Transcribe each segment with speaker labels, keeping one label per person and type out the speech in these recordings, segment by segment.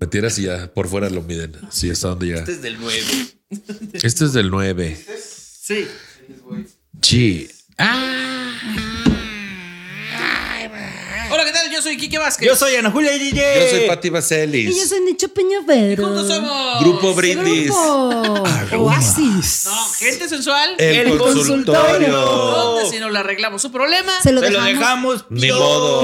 Speaker 1: Mentiras y ya por fuera lo miden. Sí, hasta dónde llega.
Speaker 2: Este es del 9.
Speaker 1: Este es del 9.
Speaker 2: Sí.
Speaker 1: Sí. Ah,
Speaker 2: Hola, ¿qué tal? Yo soy Kike Vázquez.
Speaker 3: Yo soy Ana Julia DJ.
Speaker 1: yo soy Pati Vaselis.
Speaker 4: Y yo soy Nicho Peñavero.
Speaker 2: Y juntos somos.
Speaker 1: Grupo Brindis.
Speaker 4: Grupo Oasis.
Speaker 2: No, gente sensual.
Speaker 1: El,
Speaker 3: El
Speaker 1: consultorio.
Speaker 3: consultorio.
Speaker 1: oh.
Speaker 2: ¿Dónde si no le arreglamos su problema?
Speaker 4: Se lo
Speaker 3: Se lo
Speaker 4: dejamos.
Speaker 3: dejamos
Speaker 1: Ni
Speaker 3: peor.
Speaker 1: modo.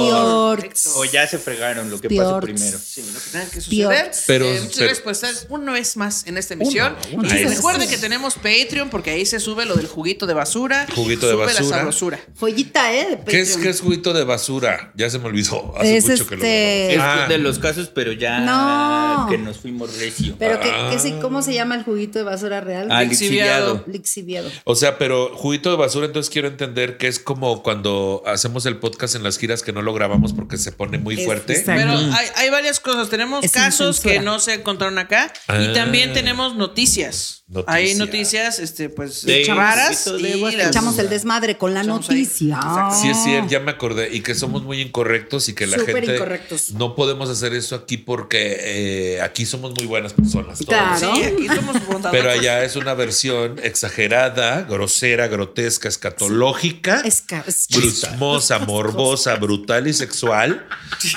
Speaker 4: Pior.
Speaker 3: O ya se fregaron lo que
Speaker 4: Pior.
Speaker 3: pasó primero.
Speaker 2: Sí, lo que tenga que suceder.
Speaker 1: Pero-
Speaker 2: Eh, muchas
Speaker 1: pero-
Speaker 2: gracias por estar una vez más en esta emisión.
Speaker 1: una.
Speaker 2: Y
Speaker 1: Ahí
Speaker 2: recuerden
Speaker 4: está.
Speaker 2: que tenemos Patreon porque ahí se sube lo del juguito de basura.
Speaker 1: Juguito de
Speaker 2: sube
Speaker 1: basura.
Speaker 2: la sabrosura.
Speaker 4: Joyita, ¿eh? De
Speaker 1: ¿Qué es,
Speaker 4: Patreon.
Speaker 1: ¿Qué es juguito de basura? Ya se me olvidó. Hace
Speaker 4: Es
Speaker 1: mucho que lo
Speaker 4: este-
Speaker 3: Es
Speaker 1: Ah.
Speaker 3: de los casos, pero ya
Speaker 4: No.
Speaker 3: que nos fuimos recio.
Speaker 4: Pero que,
Speaker 1: Ah.
Speaker 4: que sí, ¿cómo se llama el juguito de basura real?
Speaker 3: Al
Speaker 2: Lixiviado.
Speaker 3: exiliado.
Speaker 4: Lixiviado.
Speaker 1: O sea, pero juguito de basura, entonces quiero entender que es como cuando hacemos el podcast en las giras que no lo grabamos porque se pone muy
Speaker 4: Es-
Speaker 1: fuerte.
Speaker 4: exacto.
Speaker 2: Pero hay, hay varias cosas. Tenemos
Speaker 4: Es sin
Speaker 2: casos que
Speaker 4: censura.
Speaker 2: no se encontraron acá.
Speaker 1: Ah.
Speaker 2: Y también tenemos noticias.
Speaker 1: Noticias.
Speaker 2: Hay noticias, este, pues,
Speaker 3: De-
Speaker 2: raras.
Speaker 3: de-
Speaker 2: y
Speaker 3: de-
Speaker 2: las-
Speaker 4: Echamos el desmadre con la
Speaker 2: Echamos ahí.
Speaker 4: noticia.
Speaker 2: Exacto.
Speaker 1: Sí, es cierto, ya me acordé. Y que somos muy incorrectos y que la
Speaker 4: Súper
Speaker 1: gente.
Speaker 4: incorrectos.
Speaker 1: No podemos hacer eso aquí porque eh, aquí somos muy buenas personas. todos.
Speaker 4: Claro.
Speaker 2: Sí, aquí somos
Speaker 1: Pero
Speaker 2: bondadosos.
Speaker 1: allá es una versión exagerada, grosera, grotesca, escatológica,
Speaker 4: Esca- es-
Speaker 1: brusmosa, morbosa, brutal y sexual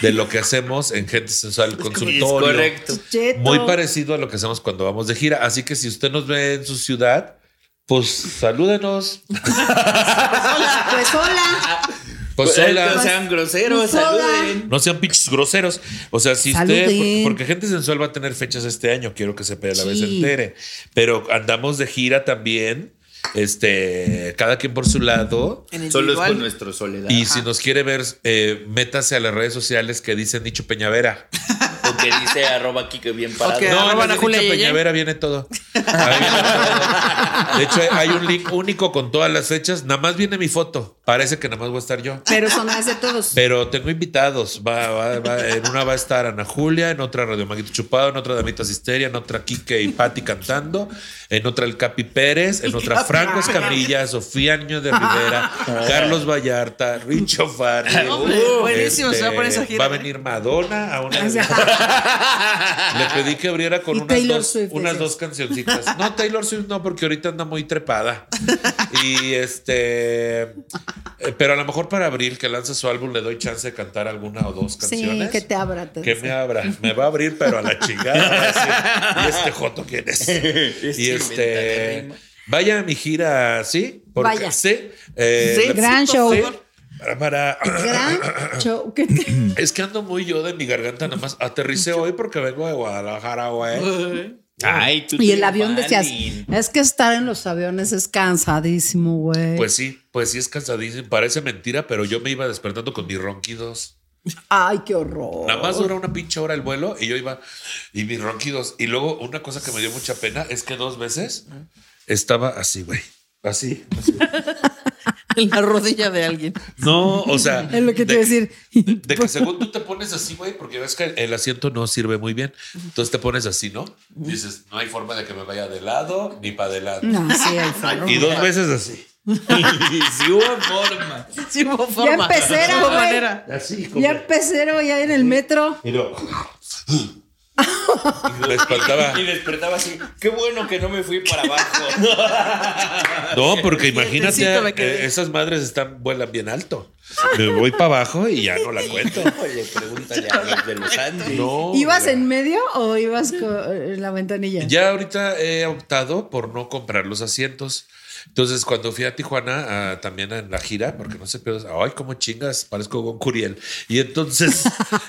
Speaker 1: de lo que hacemos en Gente Sensual
Speaker 3: Es
Speaker 1: Consultorio.
Speaker 3: correcto.
Speaker 4: Cheto.
Speaker 1: Muy parecido a lo que hacemos cuando vamos de gira. Así que si usted nos ve en su ciudad, pues salúdenos.
Speaker 4: Hola, pues hola.
Speaker 1: Pues hola.
Speaker 3: No sean groseros,
Speaker 4: Pues hola.
Speaker 3: saluden.
Speaker 1: No sean pinches groseros. O sea, si
Speaker 4: Saluden.
Speaker 1: usted. por- Porque gente sensual va a tener fechas este año, quiero que sepa de la vez
Speaker 4: Sí.
Speaker 1: entere. Pero andamos de gira también. Este, cada quien por su lado.
Speaker 2: En el
Speaker 3: Solo es
Speaker 2: individual.
Speaker 3: con nuestro soledad.
Speaker 1: Y si nos quiere ver, eh, métase a las redes sociales que dice Nicho Peñavera.
Speaker 3: O que dice arroba aquí que bien parado.
Speaker 2: Ok,
Speaker 1: No, no,
Speaker 2: arroba
Speaker 1: no,
Speaker 2: Ana
Speaker 1: Nicho
Speaker 2: Julia Yeye.
Speaker 1: Peñavera viene todo. Ahí viene todo. De hecho, hay un link único con todas las fechas. Nada más viene mi foto. Parece que nada más voy a estar yo.
Speaker 4: Pero son más de todos.
Speaker 1: Pero tengo invitados. Va, va, va. En una va a estar Ana Julia, en otra Radio Maguito Chupado, en otra Damita Cisteria, en otra Quique y Pati cantando, en otra El Capi Pérez, en otra Franco Escamilla, Sofía Niño de Rivera, Carlos Vallarta, Richo Farri.
Speaker 2: Ah. Hombre, buenísimo, se va a poner esa gira, ¿eh?
Speaker 1: Va a venir Madonna a una. Le pedí que abriera con
Speaker 4: Y
Speaker 1: unas,
Speaker 4: Taylor
Speaker 1: dos,
Speaker 4: Swift,
Speaker 1: unas
Speaker 4: decías.
Speaker 1: dos cancioncitas. No, Taylor Swift no, porque ahorita anda muy trepada. Y este. eh, Pero a lo mejor para abril, que lance su álbum, le doy chance de cantar alguna o dos
Speaker 4: Sí,
Speaker 1: canciones.
Speaker 4: que te abra. te-
Speaker 1: Que me abra. Me va a abrir, pero a la chingada. va a decir, ¿Y este Joto quién es? y
Speaker 3: Este inventa de
Speaker 1: este.
Speaker 3: rima.
Speaker 1: Vaya a mi gira, ¿sí? Porque,
Speaker 4: Vaya.
Speaker 1: Sí. eh,
Speaker 2: Sí,
Speaker 1: la-
Speaker 4: Gran
Speaker 2: por
Speaker 4: show.
Speaker 1: sí,
Speaker 2: favor.
Speaker 1: para- para
Speaker 4: Gran show. ¿Qué te-
Speaker 1: es que ando muy yo de mi garganta, nada más aterricé hoy porque vengo de Guadalajara, güey.
Speaker 3: Ay, tú
Speaker 4: Y el
Speaker 3: te
Speaker 4: avión decías,
Speaker 3: valen.
Speaker 4: es que estar en los aviones es cansadísimo, güey.
Speaker 1: Pues sí, pues sí es cansadísimo. Parece mentira, pero yo me iba despertando con mis ronquidos.
Speaker 4: Ay, qué horror.
Speaker 1: Nada más dura una pinche hora el vuelo y yo iba y mis ronquidos. Y luego una cosa que me dio mucha pena es que dos veces estaba así, güey. Así.
Speaker 2: En la rodilla de alguien.
Speaker 1: No, o sea.
Speaker 4: Es lo que te iba a decir.
Speaker 1: De que según tú te pones así, güey, porque ves que el asiento no sirve muy bien. Entonces te pones así, ¿no? Dices, no hay forma de que me vaya de lado ni para adelante.
Speaker 4: No, sí, hay forma.
Speaker 1: Y dos veces así.
Speaker 3: Si hubo forma.
Speaker 2: Sí, hubo forma.
Speaker 4: empecé,
Speaker 2: Hubo
Speaker 4: güey.
Speaker 2: manera.
Speaker 1: Así, como.
Speaker 4: Ya pecero ya en el metro.
Speaker 1: Y luego- Me espantaba.
Speaker 3: Y despertaba así. Qué bueno que no me fui para abajo.
Speaker 1: No, porque
Speaker 2: Quietecito
Speaker 1: imagínate,
Speaker 2: me quedé.
Speaker 1: eh, esas madres están, vuelan bien alto. Me voy para abajo y ya no la cuento.
Speaker 3: Híjole, pregúntale a los de los Andes.
Speaker 1: No.
Speaker 4: ¿Ibas
Speaker 1: Oh, ya.
Speaker 4: en medio o ibas co- en la ventanilla?
Speaker 1: Ya ahorita he optado por no comprar los asientos. Entonces, cuando fui a Tijuana, a- también en la gira, porque no sé, pero ay, como chingas, parezco Gon Curiel. Y entonces,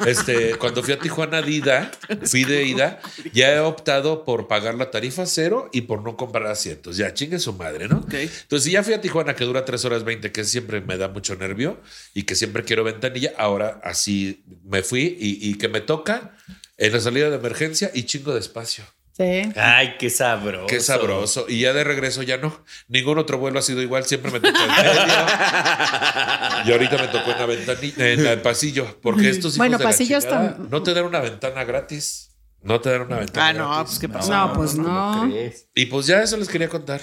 Speaker 1: este, cuando fui a Tijuana de ida, fui de ida, ya he optado por pagar la tarifa cero y por no comprar asientos. Ya chingue su madre, ¿no?
Speaker 2: Ok.
Speaker 1: Entonces, si ya fui a Tijuana, que dura 3 horas 20, que siempre me da mucho nervio y que siempre quiero ventanilla. Ahora así me fui y, y que me toca en la salida de emergencia y chingo despacio.
Speaker 4: Sí.
Speaker 3: Ay, qué sabroso.
Speaker 1: Qué sabroso. Y ya de regreso ya no. Ningún otro vuelo ha sido igual. Siempre me tocó en medio. y ahorita me tocó en la ventanilla, en el pasillo. Porque estos hijos
Speaker 4: Bueno,
Speaker 1: de la
Speaker 4: pasillos
Speaker 1: chingada
Speaker 4: tam-
Speaker 1: no te dan una ventana gratis. No te dan una ventana.
Speaker 2: Ah, no,
Speaker 1: gratis.
Speaker 2: pues qué pasó.
Speaker 4: No, pues
Speaker 3: ¿Cómo
Speaker 4: no.
Speaker 3: crees?
Speaker 1: Y pues ya eso les quería contar.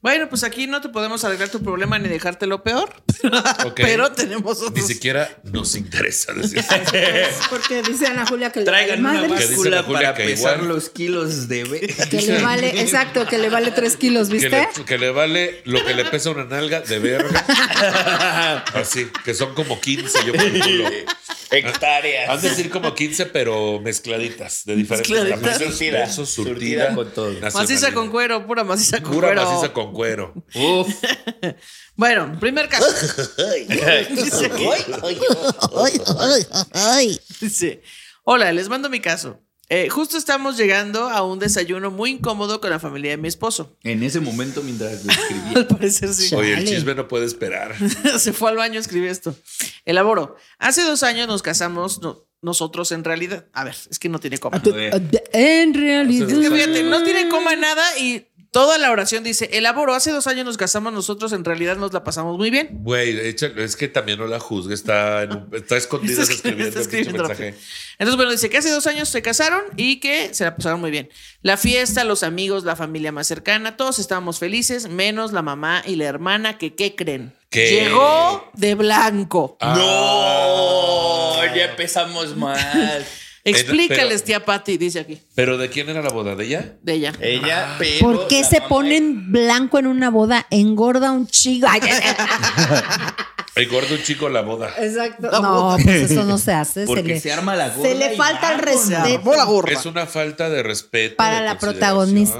Speaker 2: Bueno, pues aquí no te podemos arreglar tu problema ni dejártelo peor,
Speaker 1: Ok.
Speaker 2: pero tenemos
Speaker 1: ni
Speaker 2: otros.
Speaker 1: siquiera nos interesa decir.
Speaker 4: Porque dice Ana Julia que le
Speaker 3: Traigan
Speaker 4: vale
Speaker 3: una
Speaker 4: madres,
Speaker 1: Que dice la
Speaker 3: báscula
Speaker 1: Julia
Speaker 3: para
Speaker 1: que
Speaker 3: pesar
Speaker 1: igual.
Speaker 3: los kilos de bebé.
Speaker 4: que le vale, exacto, que le vale tres kilos,
Speaker 1: Que
Speaker 4: ¿viste?
Speaker 1: le, que le vale lo que le pesa una nalga de verga. Así, que son como 15, yo calculo. Han
Speaker 3: Hectáreas.
Speaker 1: de decir como 15, pero mezcladitas de diferentes
Speaker 2: Mezcladitas.
Speaker 1: tamaños.
Speaker 3: Surtida.
Speaker 1: Eso, surtida,
Speaker 3: Surtida con todo.
Speaker 2: Maciza
Speaker 1: nacionalidad.
Speaker 2: con cuero, pura maciza con
Speaker 1: Pura
Speaker 2: cuero.
Speaker 1: maciza con cuero.
Speaker 3: Uf.
Speaker 2: Bueno, primer caso. Dice- Dice, hola, les mando mi caso. Eh, justo estamos llegando a un desayuno muy incómodo con la familia de mi esposo.
Speaker 3: En ese momento mientras lo escribía.
Speaker 2: Al parecer sí.
Speaker 1: Oye, el
Speaker 4: Chale.
Speaker 1: chisme no puede esperar.
Speaker 2: Se fue al baño a escribir esto. Elaboro. Hace dos años nos casamos no- nosotros en realidad. A ver, es que no tiene coma.
Speaker 3: A ver.
Speaker 4: En
Speaker 1: Hace
Speaker 2: Que
Speaker 1: dos
Speaker 4: realidad.
Speaker 2: fíjate, no tiene coma nada y toda la oración dice, elaboro. Hace dos años nos casamos nosotros, en realidad nos la pasamos muy bien.
Speaker 1: Güey, échale- es que también no la juzgue, está, en un- está escondida
Speaker 2: Está
Speaker 1: escribiendo, el pinche
Speaker 2: escribiendo, está escribiendo.
Speaker 1: mensaje.
Speaker 2: Entonces, bueno, dice que hace dos años se casaron y que se la pasaron muy bien. La fiesta, los amigos, la familia más cercana, todos estábamos felices, menos la mamá y la hermana que, ¿qué creen?
Speaker 1: ¿Qué? Ah,
Speaker 2: Llegó de blanco.
Speaker 3: No, ya empezamos mal.
Speaker 2: Explícales,
Speaker 1: pero-
Speaker 2: tía Patti, dice aquí,
Speaker 1: ¿Pero de quién era la boda? ¿De ella?
Speaker 2: de ella.
Speaker 1: Ah.
Speaker 3: Ella, pero
Speaker 5: ¿Por qué
Speaker 3: la
Speaker 5: se
Speaker 3: mamá-
Speaker 5: ponen blanco en una boda? Engorda un chico. Ay, ay, ay.
Speaker 1: El gordo un chico la boda.
Speaker 4: Exacto.
Speaker 5: No, pues eso no se hace. Se
Speaker 3: Porque
Speaker 5: le,
Speaker 3: se, arma la gorda.
Speaker 5: se le
Speaker 3: y
Speaker 5: falta el
Speaker 3: vámonos.
Speaker 5: respeto.
Speaker 2: Bola gorda.
Speaker 1: Es una falta de respeto.
Speaker 5: Para
Speaker 1: de
Speaker 5: la
Speaker 1: consideración,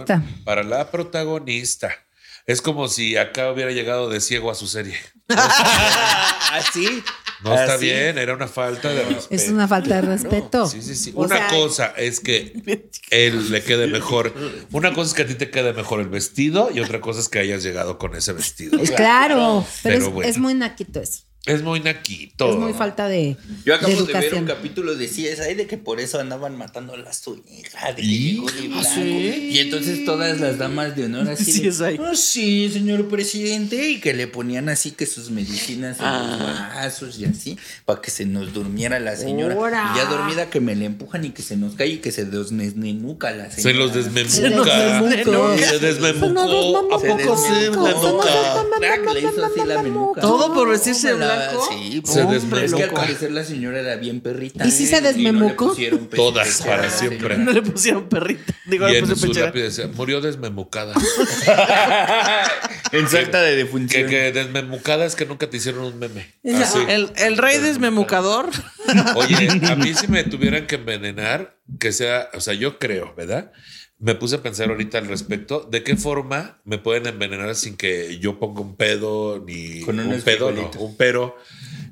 Speaker 5: protagonista.
Speaker 1: Para la protagonista. Es como si acá hubiera llegado de ciego a su serie.
Speaker 3: Así.
Speaker 1: No está
Speaker 3: así.
Speaker 1: bien, era una falta de respeto.
Speaker 5: Es una falta de respeto.
Speaker 1: Sí, sí, sí.
Speaker 5: O
Speaker 1: Una
Speaker 5: sea,
Speaker 1: cosa es que él le quede mejor. Una cosa es que a ti te quede mejor el vestido y otra cosa es que hayas llegado con ese vestido.
Speaker 5: es Claro,
Speaker 1: Pero
Speaker 5: pero, es,
Speaker 1: bueno. Oh.
Speaker 5: es muy naquito eso.
Speaker 1: Es muy naquito.
Speaker 5: Es muy falta de,
Speaker 3: Yo acabo de, ver
Speaker 5: educación.
Speaker 3: un capítulo de CSI de que por eso andaban matando a su hija, de que
Speaker 1: ¿Y?
Speaker 3: llegó de blanco. Y entonces todas las damas de honor así. de,
Speaker 2: CSI.
Speaker 3: "Ah, sí, señor presidente. Y que le ponían así que sus medicinas en
Speaker 5: Ah.
Speaker 3: los vasos y así, para que se nos durmiera la señora.
Speaker 5: Ora.
Speaker 3: Y ya dormida que me le empujan y que se nos cae y que se desmenuca la
Speaker 1: Se
Speaker 3: señora.
Speaker 1: los desmemuca.
Speaker 5: desmemucó.
Speaker 1: Se desmemucó. ¿A
Speaker 3: Se
Speaker 1: poco se
Speaker 3: desmenuca.
Speaker 1: desmemuca?
Speaker 3: Crack, le hizo así la menuca.
Speaker 2: Todo por vestirse de
Speaker 3: Tómala.
Speaker 2: blanco.
Speaker 3: Sí,
Speaker 1: Se
Speaker 3: hombre,
Speaker 1: desmenuca.
Speaker 3: es que al parecer la señora era bien perrita.
Speaker 5: ¿Y si se
Speaker 3: ¿eh? no le
Speaker 5: desmemucó?
Speaker 3: pusieron pecho
Speaker 1: Todas,
Speaker 3: especial a
Speaker 1: para
Speaker 3: la
Speaker 1: siempre.
Speaker 3: señora.
Speaker 2: No le pusieron perrita. Digo,
Speaker 1: Y
Speaker 2: le
Speaker 1: en
Speaker 2: pusieron
Speaker 1: su
Speaker 2: pechera.
Speaker 1: lápida decía, murió desmemucada.
Speaker 3: en
Speaker 1: acta
Speaker 3: de
Speaker 1: Que,
Speaker 3: defunción.
Speaker 1: que desmemucada es que nunca te hicieron un meme. Así.
Speaker 2: Ah, El, el rey desmemucador.
Speaker 1: Oye, a mí si me tuvieran que envenenar, que sea, o sea, yo creo, ¿verdad? Me puse a pensar ahorita al respecto de qué forma me pueden envenenar sin que yo ponga un pedo ni
Speaker 3: Con
Speaker 1: un
Speaker 3: unos
Speaker 1: pedo, no,
Speaker 3: frijolitos.
Speaker 1: un pero,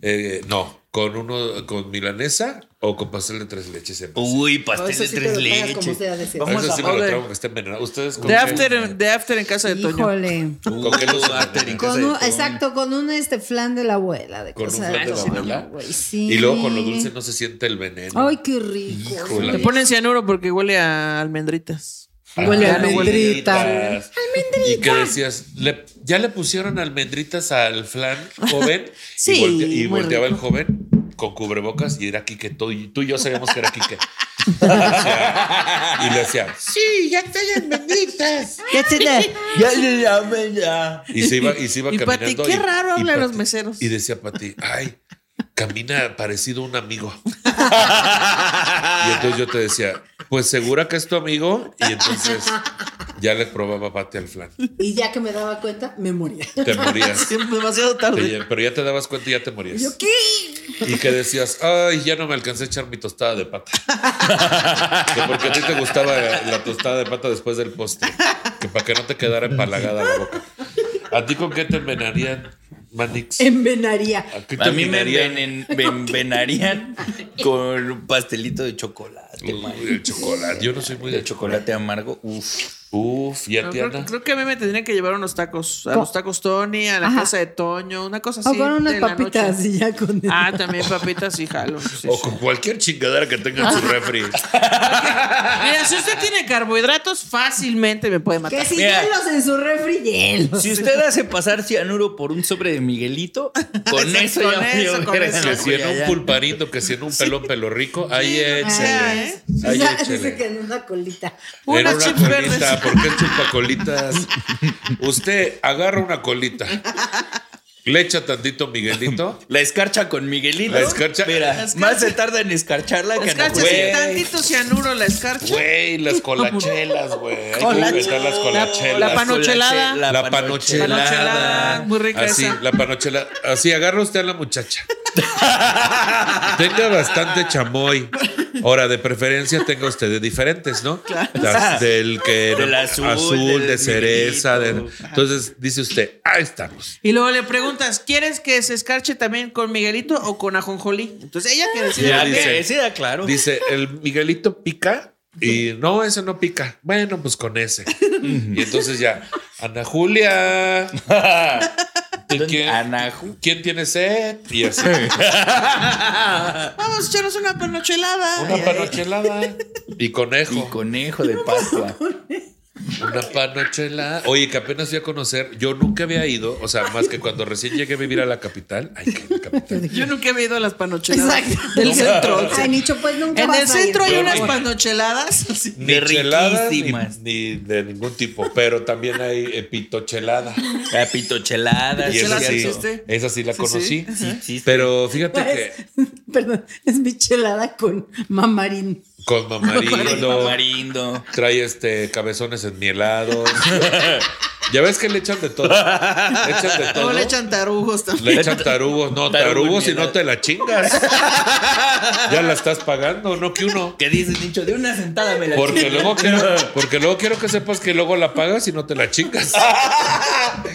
Speaker 1: eh, no, con uno con milanesa o con pastel de tres leches. en base.
Speaker 3: Uy,
Speaker 4: No,
Speaker 3: pastel
Speaker 4: eso
Speaker 3: de
Speaker 4: sí te
Speaker 3: tres
Speaker 4: lo pegas como
Speaker 3: leches.
Speaker 4: sea decir.
Speaker 3: Uh, Vamos
Speaker 1: Eso
Speaker 3: a
Speaker 1: sí me lo
Speaker 3: hablar.
Speaker 1: traigo que esté envenenado. Ustedes con
Speaker 2: De
Speaker 1: qué-
Speaker 2: after, en- de after en casa de Toño.
Speaker 4: Híjole.
Speaker 1: ¿Con qué los
Speaker 3: After en
Speaker 1: envenenan?
Speaker 3: casa
Speaker 5: Con
Speaker 3: de
Speaker 5: un-
Speaker 3: Toño.
Speaker 5: exacto, con un este flan de la abuela. De
Speaker 1: Con un
Speaker 5: cosa
Speaker 1: flan de la
Speaker 5: Ay,
Speaker 1: abuela.
Speaker 5: güey, sí.
Speaker 1: Y luego con lo dulce no se siente el veneno.
Speaker 5: Ay, qué rico.
Speaker 1: Híjole.
Speaker 2: Te ponen cianuro porque huele a almendritas.
Speaker 4: Huele a
Speaker 1: Ah,
Speaker 4: almendrita.
Speaker 1: almendritas. Y que decías, "Le- ¿ya le pusieron almendritas al flan joven?
Speaker 2: Sí,
Speaker 1: y, voltea- y
Speaker 2: muy
Speaker 1: volteaba el
Speaker 2: rico.
Speaker 1: joven con cubrebocas y era Quique. Tú, y- tú y yo sabíamos que era Quique. y le hacía, sí, ya estoy almendritas.
Speaker 3: Ya le llamé ya.
Speaker 1: Y se iba, y se iba
Speaker 2: Y Pati,
Speaker 1: caminando.
Speaker 2: qué raro hablan los
Speaker 1: Pati-
Speaker 2: meseros.
Speaker 1: Y decía Pati, ay, camina parecido a un amigo. Y entonces yo te decía, pues segura que es tu amigo. Y entonces Ya le probaba pate al flan.
Speaker 4: Y ya que me daba cuenta, me moría.
Speaker 1: Te morías.
Speaker 2: Siempre demasiado tarde.
Speaker 1: Te- pero ya te dabas cuenta y ya te morías.
Speaker 4: Yo, ¿qué?
Speaker 1: Y que decías, ay, ya no me alcancé a echar mi tostada de pata. Que porque a ti te gustaba la tostada de pata después del postre. Que para que no te quedara empalagada la boca. ¿A ti con qué te envenenarían, Manix?
Speaker 4: Envenaría.
Speaker 1: qué te
Speaker 3: A mí me
Speaker 1: envenenarían?
Speaker 3: envenen- me envenenarían con un pastelito de chocolate,
Speaker 1: Uy,
Speaker 3: madre.
Speaker 1: el chocolate. Yo no soy muy
Speaker 3: De
Speaker 1: de
Speaker 3: chocolate amargo, uff.
Speaker 1: Uf, ya
Speaker 2: No,
Speaker 1: te
Speaker 2: creo, creo que a mí me tendrían que llevar unos tacos. A
Speaker 4: Co-
Speaker 2: los tacos Tony, a la
Speaker 4: Ajá.
Speaker 2: casa de Toño, una cosa
Speaker 4: O
Speaker 2: así.
Speaker 4: con unas
Speaker 2: de la
Speaker 4: papitas
Speaker 2: noche.
Speaker 4: y ya con
Speaker 2: Ah, también papitas y jalo. sí,
Speaker 1: O
Speaker 2: sí.
Speaker 1: con cualquier chingadera que tenga en su refri.
Speaker 2: Mira, si usted tiene carbohidratos, fácilmente me puede
Speaker 4: Que
Speaker 2: matar.
Speaker 4: si
Speaker 3: Mira.
Speaker 4: hielos en su refri, hielos.
Speaker 3: Si usted hace pasar cianuro por un sobre de Miguelito, con
Speaker 2: Exacto,
Speaker 3: eso
Speaker 2: con
Speaker 3: ya
Speaker 2: eso,
Speaker 3: valió
Speaker 2: con
Speaker 3: verga,
Speaker 2: eso.
Speaker 1: Que si en
Speaker 3: güey,
Speaker 1: un
Speaker 3: ya.
Speaker 1: pulparito, que si en un pelón pelo rico, ahí
Speaker 2: no sea,
Speaker 1: échale.
Speaker 2: ¿eh?
Speaker 1: Ahí
Speaker 4: Ya,
Speaker 1: échale.
Speaker 4: dice que en una colita.
Speaker 1: Era
Speaker 2: Unas
Speaker 1: una
Speaker 2: chips verdes.
Speaker 1: colita, ¿por qué chupa colitas? Usted agarra una colita, le echa tantito Miguelito.
Speaker 3: La escarcha con Miguelito.
Speaker 1: La escarcha.
Speaker 3: Mira,
Speaker 1: La
Speaker 2: escarcha.
Speaker 3: más se tarda en escarcharla que en
Speaker 2: Escarcha,
Speaker 1: Güey.
Speaker 2: sin tantito cianuro la escarcha.
Speaker 1: Güey, las colachelas, güey. Hay que inventar las colachelas.
Speaker 2: La pano- panochelada.
Speaker 3: La,
Speaker 1: La panochelada.
Speaker 2: Panochelada, muy rica
Speaker 1: Así,
Speaker 2: esa.
Speaker 1: la panochela. Así, agarra usted a la muchacha. tenga bastante chamoy. Ahora, de preferencia tenga usted de diferentes, ¿no? Las del que
Speaker 3: Del azul,
Speaker 1: azul,
Speaker 3: del
Speaker 1: de cereza. de-
Speaker 3: Miguelito.
Speaker 1: entonces dice usted, ahí estamos.
Speaker 2: Y luego le preguntas, ¿quieres que se escarche también con Miguelito o con Ajonjolí? Entonces ella que decide.
Speaker 1: Ya
Speaker 3: Ya
Speaker 2: también.
Speaker 1: dice.
Speaker 3: decida, claro.
Speaker 1: Dice, el Miguelito pica y no, ese no pica. Bueno, pues con ese. y entonces ya, Ana Julia. ¿de quién,
Speaker 3: Anaju.
Speaker 1: ¿Quién tiene sed? Y así.
Speaker 2: Vamos a echarnos una panochelada.
Speaker 1: Una panochelada y conejo.
Speaker 3: Y conejo de Pascua.
Speaker 1: Una panochela. Oye, que apenas fui a conocer. Yo nunca había ido, o sea, más que cuando recién llegué a vivir a la capital. Ay, que la capital.
Speaker 2: Yo nunca he ido a las panocheladas
Speaker 4: Exacto.
Speaker 2: del centro.
Speaker 4: Ay, Nicho, pues nunca
Speaker 2: En
Speaker 4: vas
Speaker 2: el
Speaker 4: a ir.
Speaker 2: centro hay
Speaker 1: Pero
Speaker 2: unas
Speaker 1: bueno.
Speaker 2: panocheladas. así.
Speaker 1: Ni
Speaker 3: De
Speaker 1: chelada ni,
Speaker 3: riquísimas.
Speaker 1: ni de ningún tipo, pero también hay eh, pitochelada.
Speaker 3: Capitocheladas.
Speaker 1: Y esa
Speaker 2: ¿Chela
Speaker 1: sí,
Speaker 2: existe?
Speaker 1: esa sí la
Speaker 2: Sí,
Speaker 1: conocí.
Speaker 2: sí. Pues,
Speaker 3: existe.
Speaker 1: Pero fíjate que
Speaker 4: Es- Pues, Perdón, es michelada con mamarín.
Speaker 1: Con mamarindo.
Speaker 3: Marindo.
Speaker 1: Trae este cabezones enmielados. ya ves que le echan de todo. Le echan de todo.
Speaker 2: Luego le echan tarugos también.
Speaker 1: Le echan tarugos. No,
Speaker 3: Tarugo
Speaker 1: tarugos y
Speaker 3: enmielado.
Speaker 1: no te la chingas. ya la estás pagando, no que uno.
Speaker 3: ¿Qué dices, Nicho? De una sentada me la
Speaker 1: Porque
Speaker 3: chingo.
Speaker 1: luego, quiero, porque luego quiero que sepas que luego la pagas y no te la chingas.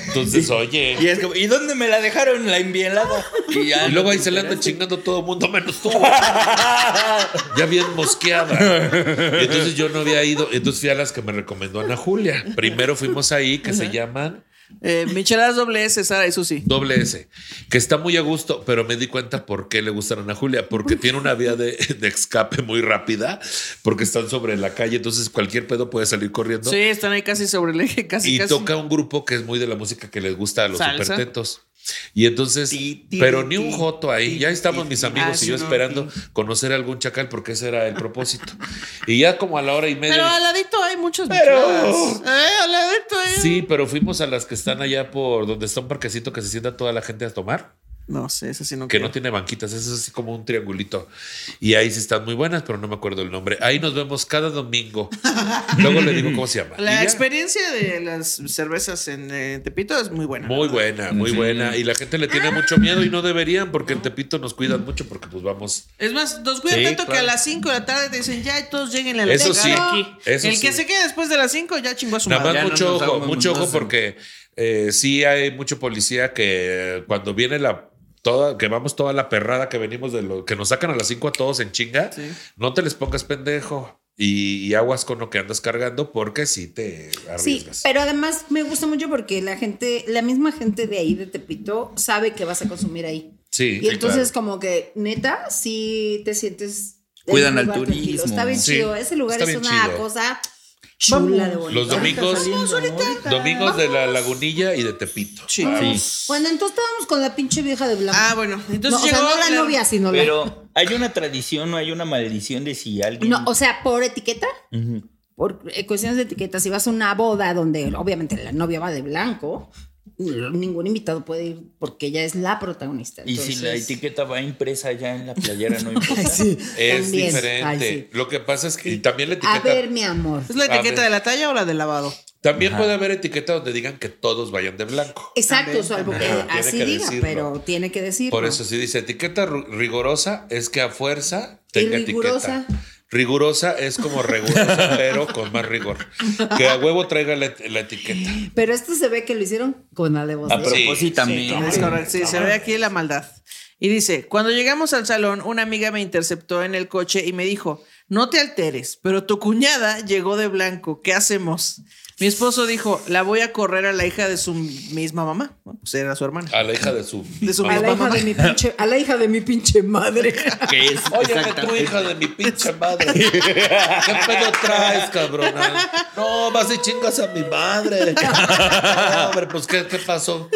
Speaker 1: Entonces, oye.
Speaker 3: Y es como, ¿y dónde me la dejaron la envielada? Y, ya
Speaker 1: Y luego
Speaker 3: no
Speaker 1: ahí
Speaker 3: te
Speaker 1: se le anda
Speaker 3: enteraste.
Speaker 1: chingando todo el mundo menos tú. ya bien mosqueada. Y entonces yo no había ido. Entonces fui a las que me recomendó Ana Julia. Primero fuimos ahí, que se llaman
Speaker 2: Eh, micheladas doble S, Sara, eso sí.
Speaker 1: Doble S, que está muy a gusto, pero me di cuenta por qué le gustan a Ana Julia, porque tiene una vía de, de escape muy rápida, porque están sobre la calle, entonces cualquier pedo puede salir corriendo.
Speaker 2: Sí, están ahí casi sobre el eje, casi
Speaker 1: y
Speaker 2: casi.
Speaker 1: toca un grupo que es muy de la música que les gusta a los
Speaker 2: Salsa.
Speaker 1: supertetos. Y entonces,
Speaker 3: Ti, ti,
Speaker 1: pero ni
Speaker 3: ti,
Speaker 1: un joto ahí.
Speaker 3: ti,
Speaker 1: Ya estamos
Speaker 3: ti,
Speaker 1: mis
Speaker 3: ti.
Speaker 2: Ah,
Speaker 1: amigos
Speaker 2: sí,
Speaker 1: y yo
Speaker 2: no,
Speaker 1: esperando conocer a algún chacal porque ese era el propósito. y ya como a la hora y media.
Speaker 2: Pero al ladito hay muchos
Speaker 1: Pero-
Speaker 2: micheladas. Eh, al ladito hay.
Speaker 1: Sí, pero fuimos a las que están allá por donde está un parquecito que se sienta toda la gente a tomar.
Speaker 2: No sé, eso sí no
Speaker 1: que
Speaker 2: creo.
Speaker 1: no tiene banquitas, es así como un triangulito. Y ahí sí están muy buenas, pero no me acuerdo el nombre. Ahí nos vemos cada domingo. Luego le digo cómo se llama.
Speaker 2: La
Speaker 1: Y ya.
Speaker 2: experiencia de las cervezas en eh, Tepito es muy buena.
Speaker 1: Muy buena, muy buena. Y la gente le
Speaker 5: Ah.
Speaker 1: tiene mucho miedo y no deberían porque en Tepito nos cuidan mucho porque pues vamos.
Speaker 2: Es más, nos cuidan
Speaker 1: Sí,
Speaker 2: tanto que
Speaker 1: claro.
Speaker 2: a las 5 de la tarde te dicen ya todos lleguen a la
Speaker 1: Eso
Speaker 2: chingada
Speaker 1: sí,
Speaker 2: aquí.
Speaker 1: eso
Speaker 2: El que
Speaker 1: sí.
Speaker 2: se quede después de las 5 ya chingó a su
Speaker 1: Nada
Speaker 2: madre.
Speaker 1: más
Speaker 3: ya no
Speaker 1: mucho
Speaker 3: nos
Speaker 1: ojo,
Speaker 3: damos
Speaker 1: mucho ojo
Speaker 3: mucho.
Speaker 1: porque eh, sí hay mucho policía que eh, cuando viene la toda que vamos toda la perrada que venimos de lo que nos sacan a las 5 a todos en chinga,
Speaker 2: Sí.
Speaker 1: no te les pongas pendejo. Y, y aguas con lo que andas cargando porque sí te
Speaker 5: Sí,
Speaker 1: arriesgas.
Speaker 5: pero además me gusta mucho porque la gente, la misma gente de ahí de Tepito sabe que vas a consumir ahí.
Speaker 1: Sí,
Speaker 5: Y
Speaker 1: sí,
Speaker 5: entonces
Speaker 1: claro.
Speaker 5: como que neta sí te sientes en
Speaker 3: Cuidan
Speaker 5: un
Speaker 3: al
Speaker 5: lugar tranquilo.
Speaker 3: turismo.
Speaker 5: Está bien
Speaker 1: Sí,
Speaker 5: chido, ese lugar
Speaker 1: está
Speaker 5: es
Speaker 1: bien
Speaker 5: una
Speaker 1: chido.
Speaker 5: cosa chula de bonito.
Speaker 1: Los domingos, domingos de la lagunilla y de Tepito.
Speaker 2: Sí.
Speaker 5: Bueno, entonces estábamos con la pinche vieja de blanco.
Speaker 2: Ah, bueno. Entonces
Speaker 5: No, o sea,
Speaker 2: llegó
Speaker 5: no la novia, sino la-
Speaker 3: Pero hay una tradición o hay una maldición de si alguien.
Speaker 5: No, o sea, por etiqueta,
Speaker 3: Ujú.
Speaker 5: por eh, cuestiones de etiqueta, si vas a una boda donde obviamente la novia va de blanco, ningún invitado puede ir porque ella es la protagonista.
Speaker 3: Y si la
Speaker 5: entonces-
Speaker 3: etiqueta va impresa ya en la playera, no
Speaker 5: Ay,
Speaker 3: importa.
Speaker 5: sí,
Speaker 1: Es
Speaker 5: también.
Speaker 1: diferente.
Speaker 5: Ay, sí.
Speaker 1: Lo que pasa es que y también la
Speaker 5: A
Speaker 1: etiqueta.
Speaker 5: ver, mi amor.
Speaker 2: ¿Es la
Speaker 1: A
Speaker 2: etiqueta
Speaker 1: ver.
Speaker 2: de la talla o la de lavado?
Speaker 1: También puede haber etiquetas donde digan que todos vayan de blanco.
Speaker 5: Exacto,
Speaker 3: También,
Speaker 5: salvo que
Speaker 1: también. Tiene
Speaker 5: así
Speaker 1: que
Speaker 5: diga,
Speaker 1: decirlo.
Speaker 5: pero tiene que decirlo.
Speaker 1: Por eso si dice etiqueta ru- rigorosa es que a fuerza
Speaker 5: Y
Speaker 1: tenga
Speaker 5: rigurosa.
Speaker 1: etiqueta. Rigurosa es como rigurosa, pero con más rigor. Que a huevo traiga la, et- la etiqueta.
Speaker 5: Pero esto se ve que lo hicieron
Speaker 4: Con la de vos.
Speaker 3: A propósito
Speaker 1: Sí,
Speaker 3: también.
Speaker 2: Es correcto, sí, se ve aquí la maldad. Y dice, cuando llegamos al salón, una amiga me interceptó en el coche y me dijo, no te alteres, pero tu cuñada llegó de blanco, ¿qué hacemos? Mi esposo dijo, la voy a correr a la hija de su misma mamá, Bueno, pues era su hermana.
Speaker 1: A la hija de su.
Speaker 2: De su
Speaker 5: a la,
Speaker 2: misma
Speaker 5: hija
Speaker 2: mamá.
Speaker 5: de mi pinche, a la hija de mi pinche madre.
Speaker 3: Que es
Speaker 1: Oye,
Speaker 3: exacta-
Speaker 1: tu hija de mi pinche madre. ¿Qué pedo traes, cabrona? No, vas y chingas a mi madre. No, hombre, pues ¿qué, qué pasó?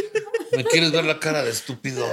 Speaker 1: ¿Me quieres ver la cara de estúpido?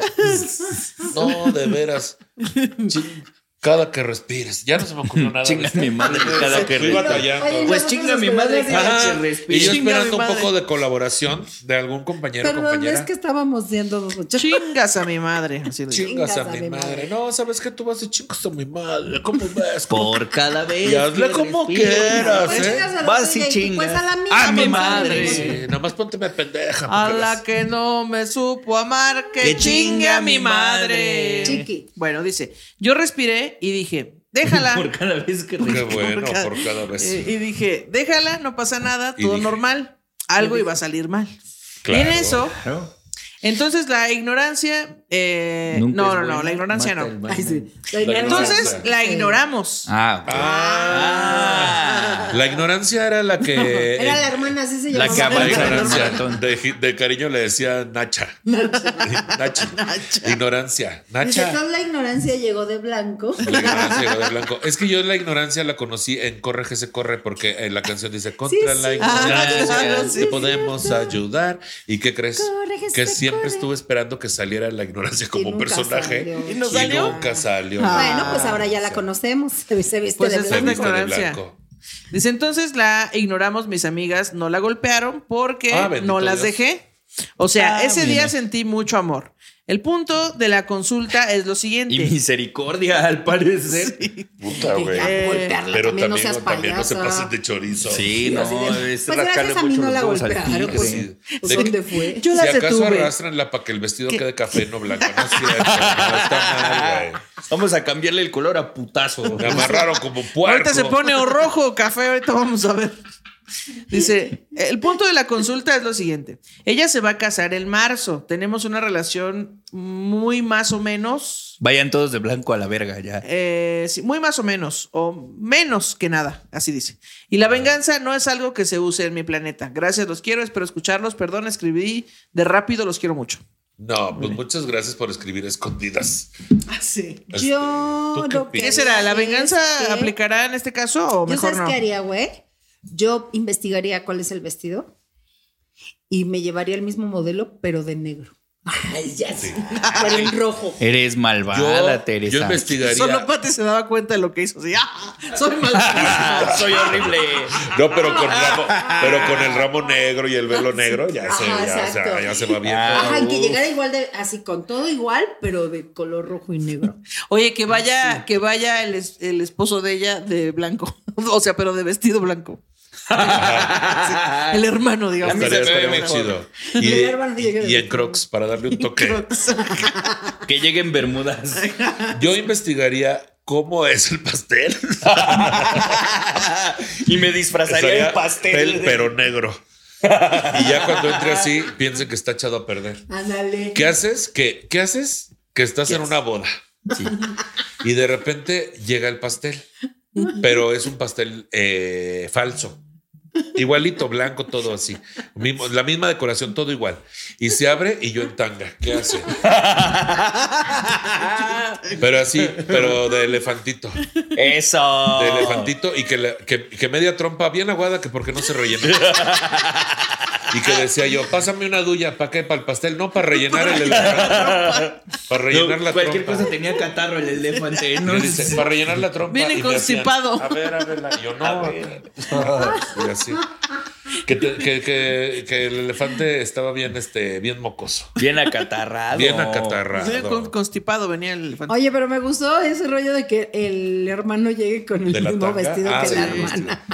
Speaker 1: No, de veras. Chin- Cada que respires. Ya no se me ocurrió nada. de
Speaker 3: Chinga
Speaker 1: esto.
Speaker 3: mi madre cada que
Speaker 1: Fui
Speaker 3: respiro.
Speaker 1: batallando.
Speaker 5: Oye,
Speaker 3: Pues
Speaker 5: no,
Speaker 3: chinga mi
Speaker 5: nosotros
Speaker 3: madre
Speaker 5: esperamos
Speaker 3: cada
Speaker 1: Ajá.
Speaker 3: que
Speaker 1: Ah, Y yo
Speaker 3: respiro.
Speaker 2: Chinga
Speaker 1: esperando
Speaker 2: mi
Speaker 1: un poco
Speaker 2: madre.
Speaker 1: de colaboración de algún compañero o
Speaker 5: Perdón,
Speaker 1: compañera.
Speaker 5: es que estábamos siendo dos muchachos.
Speaker 2: Chingas a mi madre. así le digo.
Speaker 1: Chingas a mi madre. No, ¿sabes qué? Tú vas y chingas a mi madre. ¿Cómo ves?
Speaker 3: Por cada vez.
Speaker 1: Y hazle
Speaker 3: que
Speaker 1: como
Speaker 3: respiro.
Speaker 1: quieras, ¿eh?
Speaker 3: Vas y
Speaker 5: Pues a la
Speaker 3: chingas.
Speaker 5: mía,
Speaker 3: A mi
Speaker 5: González.
Speaker 3: madre.
Speaker 1: Sí, nada más pónteme pendeja.
Speaker 2: A
Speaker 1: porque
Speaker 2: la
Speaker 1: ves.
Speaker 2: que no me supo amar, que,
Speaker 3: Que
Speaker 2: chingue a mi madre.
Speaker 5: Chiqui.
Speaker 2: Bueno, dice, yo respiré y dije, déjala.
Speaker 3: Por cada vez que
Speaker 1: Qué
Speaker 3: respiro.
Speaker 1: bueno,
Speaker 2: cada-
Speaker 1: por cada vez.
Speaker 2: Eh, y dije, déjala, no pasa nada,
Speaker 1: Y
Speaker 2: todo
Speaker 1: dije.
Speaker 2: normal. Algo iba a salir mal. Y en
Speaker 1: Claro.
Speaker 2: eso, entonces la ignorancia. eh,
Speaker 3: Nunca
Speaker 2: no,
Speaker 3: es
Speaker 2: no, no,
Speaker 3: buena,
Speaker 2: la ignorancia
Speaker 3: mata
Speaker 2: no.
Speaker 3: el mal.
Speaker 5: Ay, sí.
Speaker 1: La
Speaker 2: Entonces
Speaker 1: ignorancia.
Speaker 2: la ignoramos.
Speaker 3: Ah, ok.
Speaker 1: Ah. La ignorancia era la que.
Speaker 5: Era la hermana, así se
Speaker 3: La
Speaker 5: llamaba.
Speaker 3: que
Speaker 1: La
Speaker 3: avanza en el
Speaker 1: ignorancia.
Speaker 3: maratón.
Speaker 1: De, de cariño le decía Nacha. Nachi. Ignorancia.
Speaker 5: Dice,
Speaker 1: Nacha.
Speaker 5: "Toda la ignorancia llegó de blanco.
Speaker 1: La ignorancia llegó de blanco. Es que yo la ignorancia la conocí en Corre que se corre porque en la canción dice contra
Speaker 5: sí.
Speaker 1: la
Speaker 2: Ah,
Speaker 1: ignorancia
Speaker 2: claro, sí,
Speaker 1: te podemos ayudar. ¿Y qué crees?
Speaker 5: Corre que
Speaker 1: que
Speaker 5: se
Speaker 1: siempre
Speaker 5: corre.
Speaker 1: estuve esperando que saliera la ignorancia como un
Speaker 5: nunca
Speaker 1: personaje
Speaker 5: salió.
Speaker 2: ¿Y no salió?
Speaker 1: nunca salió.
Speaker 5: Bueno, pues ahora ya la conocemos. Se viste
Speaker 2: Pues
Speaker 5: de
Speaker 2: es
Speaker 1: Se
Speaker 2: una
Speaker 5: blanco.
Speaker 1: viste de
Speaker 2: ignorancia.
Speaker 1: blanco.
Speaker 2: Dice, entonces la ignoramos, mis amigas no la golpearon porque
Speaker 1: Ah, bendito
Speaker 2: no las
Speaker 1: Dios.
Speaker 2: dejé. O sea,
Speaker 3: Ah,
Speaker 2: ese día
Speaker 3: mira.
Speaker 2: sentí mucho amor. El punto de la consulta es lo siguiente.
Speaker 3: Y misericordia, al parecer.
Speaker 1: Puta,
Speaker 5: Que
Speaker 1: güey.
Speaker 5: ya,
Speaker 2: Eh,
Speaker 5: golpearla,
Speaker 1: Pero también,
Speaker 5: también no seas
Speaker 1: también no se
Speaker 5: payasa.
Speaker 1: pasen de chorizo.
Speaker 3: Sí,
Speaker 5: Sí,
Speaker 3: no,
Speaker 5: así de-
Speaker 3: es
Speaker 5: pues
Speaker 3: rascarle
Speaker 5: gracias a mí
Speaker 3: mucho
Speaker 5: no
Speaker 3: los
Speaker 5: la
Speaker 3: huevos al
Speaker 5: golpearon.
Speaker 3: tigre.
Speaker 5: Pues, pues,
Speaker 1: De-
Speaker 5: ¿dónde fue?
Speaker 2: Yo la
Speaker 1: si acaso
Speaker 2: detuve.
Speaker 1: arrastranla para que el vestido quede café, no blanco. No es cierto, no está mal, güey.
Speaker 3: Vamos a cambiarle el color a putazo.
Speaker 1: Me amarraron como puerco.
Speaker 2: Ahorita se pone o rojo o café, ahorita vamos a ver. Dice, el punto de la consulta es lo siguiente. Ella se va a casar en marzo. Tenemos una relación muy más o menos,
Speaker 3: Vayan todos de blanco a la verga ya.
Speaker 2: eh, sí, muy más o menos, o menos que nada, así dice. Y la venganza no es algo que se use en mi planeta. Gracias, los quiero, espero escucharlos. Perdón, escribí de rápido, los quiero mucho.
Speaker 1: No, pues muchas gracias por escribir a escondidas.
Speaker 5: Ah,
Speaker 2: Sí.
Speaker 1: Este,
Speaker 5: Yo
Speaker 1: ¿tú
Speaker 5: lo
Speaker 1: qué
Speaker 5: que
Speaker 2: ¿Qué será? ¿La
Speaker 5: haría
Speaker 2: venganza
Speaker 5: es que-
Speaker 2: aplicará en este caso o
Speaker 5: ¿Yo
Speaker 2: mejor
Speaker 5: sabes
Speaker 2: no?
Speaker 5: qué haría, güey? Yo investigaría cuál es el vestido y me llevaría el mismo modelo, pero de negro. Ay, ya sé. Pero en rojo.
Speaker 3: Eres malvada,
Speaker 1: Yo,
Speaker 3: Teresa.
Speaker 1: yo investigaría.
Speaker 2: Solo Pati se daba cuenta de lo que hizo. Así, ¡ah! Soy malvado.
Speaker 3: Ah, soy horrible.
Speaker 1: No, pero con, ramo, pero con el ramo negro y el velo negro ya se,
Speaker 5: Ajá,
Speaker 1: ya, o sea,
Speaker 5: exacto.
Speaker 1: ya se va bien.
Speaker 3: Ah.
Speaker 5: Ajá, y que
Speaker 3: uf.
Speaker 5: llegara igual de, así con todo igual, pero de color rojo y negro.
Speaker 2: Oye, que vaya, que vaya el, es- el esposo de ella de blanco. O sea, pero de vestido blanco. Sí, el hermano, digamos.
Speaker 3: A mí se me
Speaker 1: Estaría
Speaker 3: ve
Speaker 1: muy
Speaker 3: mejor.
Speaker 1: chido. Y,
Speaker 5: Mi hermano sí llega
Speaker 1: y en
Speaker 5: de-
Speaker 1: Crocs para darle un toque.
Speaker 3: Que lleguen Bermudas.
Speaker 1: Yo investigaría cómo es el pastel.
Speaker 3: y me disfrazaría de
Speaker 1: Estaría
Speaker 3: pastel.
Speaker 1: pel, pero negro. Y ya cuando entre así, piensen que está echado a perder.
Speaker 5: Ándale.
Speaker 1: ¿Qué haces? ¿Qué, qué haces? Que estás en una boda. Y de repente llega el pastel, pero es un pastel eh, falso. Igualito, blanco, todo así. Mismo- la misma decoración, todo igual. Y se abre y yo en tanga. ¿Qué hace? Pero así, pero de elefantito.
Speaker 3: Eso.
Speaker 1: De elefantito y que, la- que- que media trompa bien aguada que porque no se rellenó. y que decía yo, pásame una duya, ¿para qué? ¿Para el pastel? No, para rellenar el elefante. Para
Speaker 3: No,
Speaker 1: rellenar la
Speaker 3: cualquier
Speaker 1: trompa.
Speaker 3: cosa tenía catarro el elefante.
Speaker 1: Y
Speaker 3: No
Speaker 1: le dice, para rellenar la trompa.
Speaker 2: Viene
Speaker 1: Y le hacían,
Speaker 2: constipado.
Speaker 1: a ver, a ver, yo no. Y así. Que, te- que- que- que el elefante estaba bien, este, bien mocoso.
Speaker 3: Bien acatarrado.
Speaker 1: Bien
Speaker 2: Sí, con-
Speaker 1: acatarrado.
Speaker 2: constipado venía el elefante.
Speaker 5: Oye, pero me gustó ese rollo de que el hermano llegue con el
Speaker 1: De la
Speaker 5: mismo
Speaker 1: tanga.
Speaker 5: vestido
Speaker 1: Ah,
Speaker 5: que
Speaker 1: sí,
Speaker 5: la
Speaker 1: el
Speaker 5: hermana.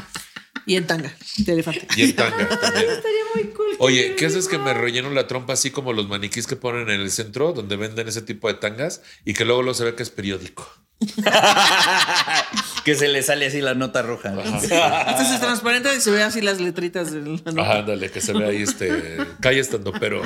Speaker 2: Y en tanga, de elefante.
Speaker 1: Y en tanga también.
Speaker 5: Estaría muy cool.
Speaker 1: Oye, ¿qué haces que me relleno la trompa así como los maniquís que ponen en el centro donde venden ese tipo de tangas y que luego lo se ve que es periódico?
Speaker 3: que se le sale así la nota roja.
Speaker 2: Este es transparente y se ve así las letritas del.
Speaker 1: Ajá, Ah, ándale, que se ve ahí este calle estando, pero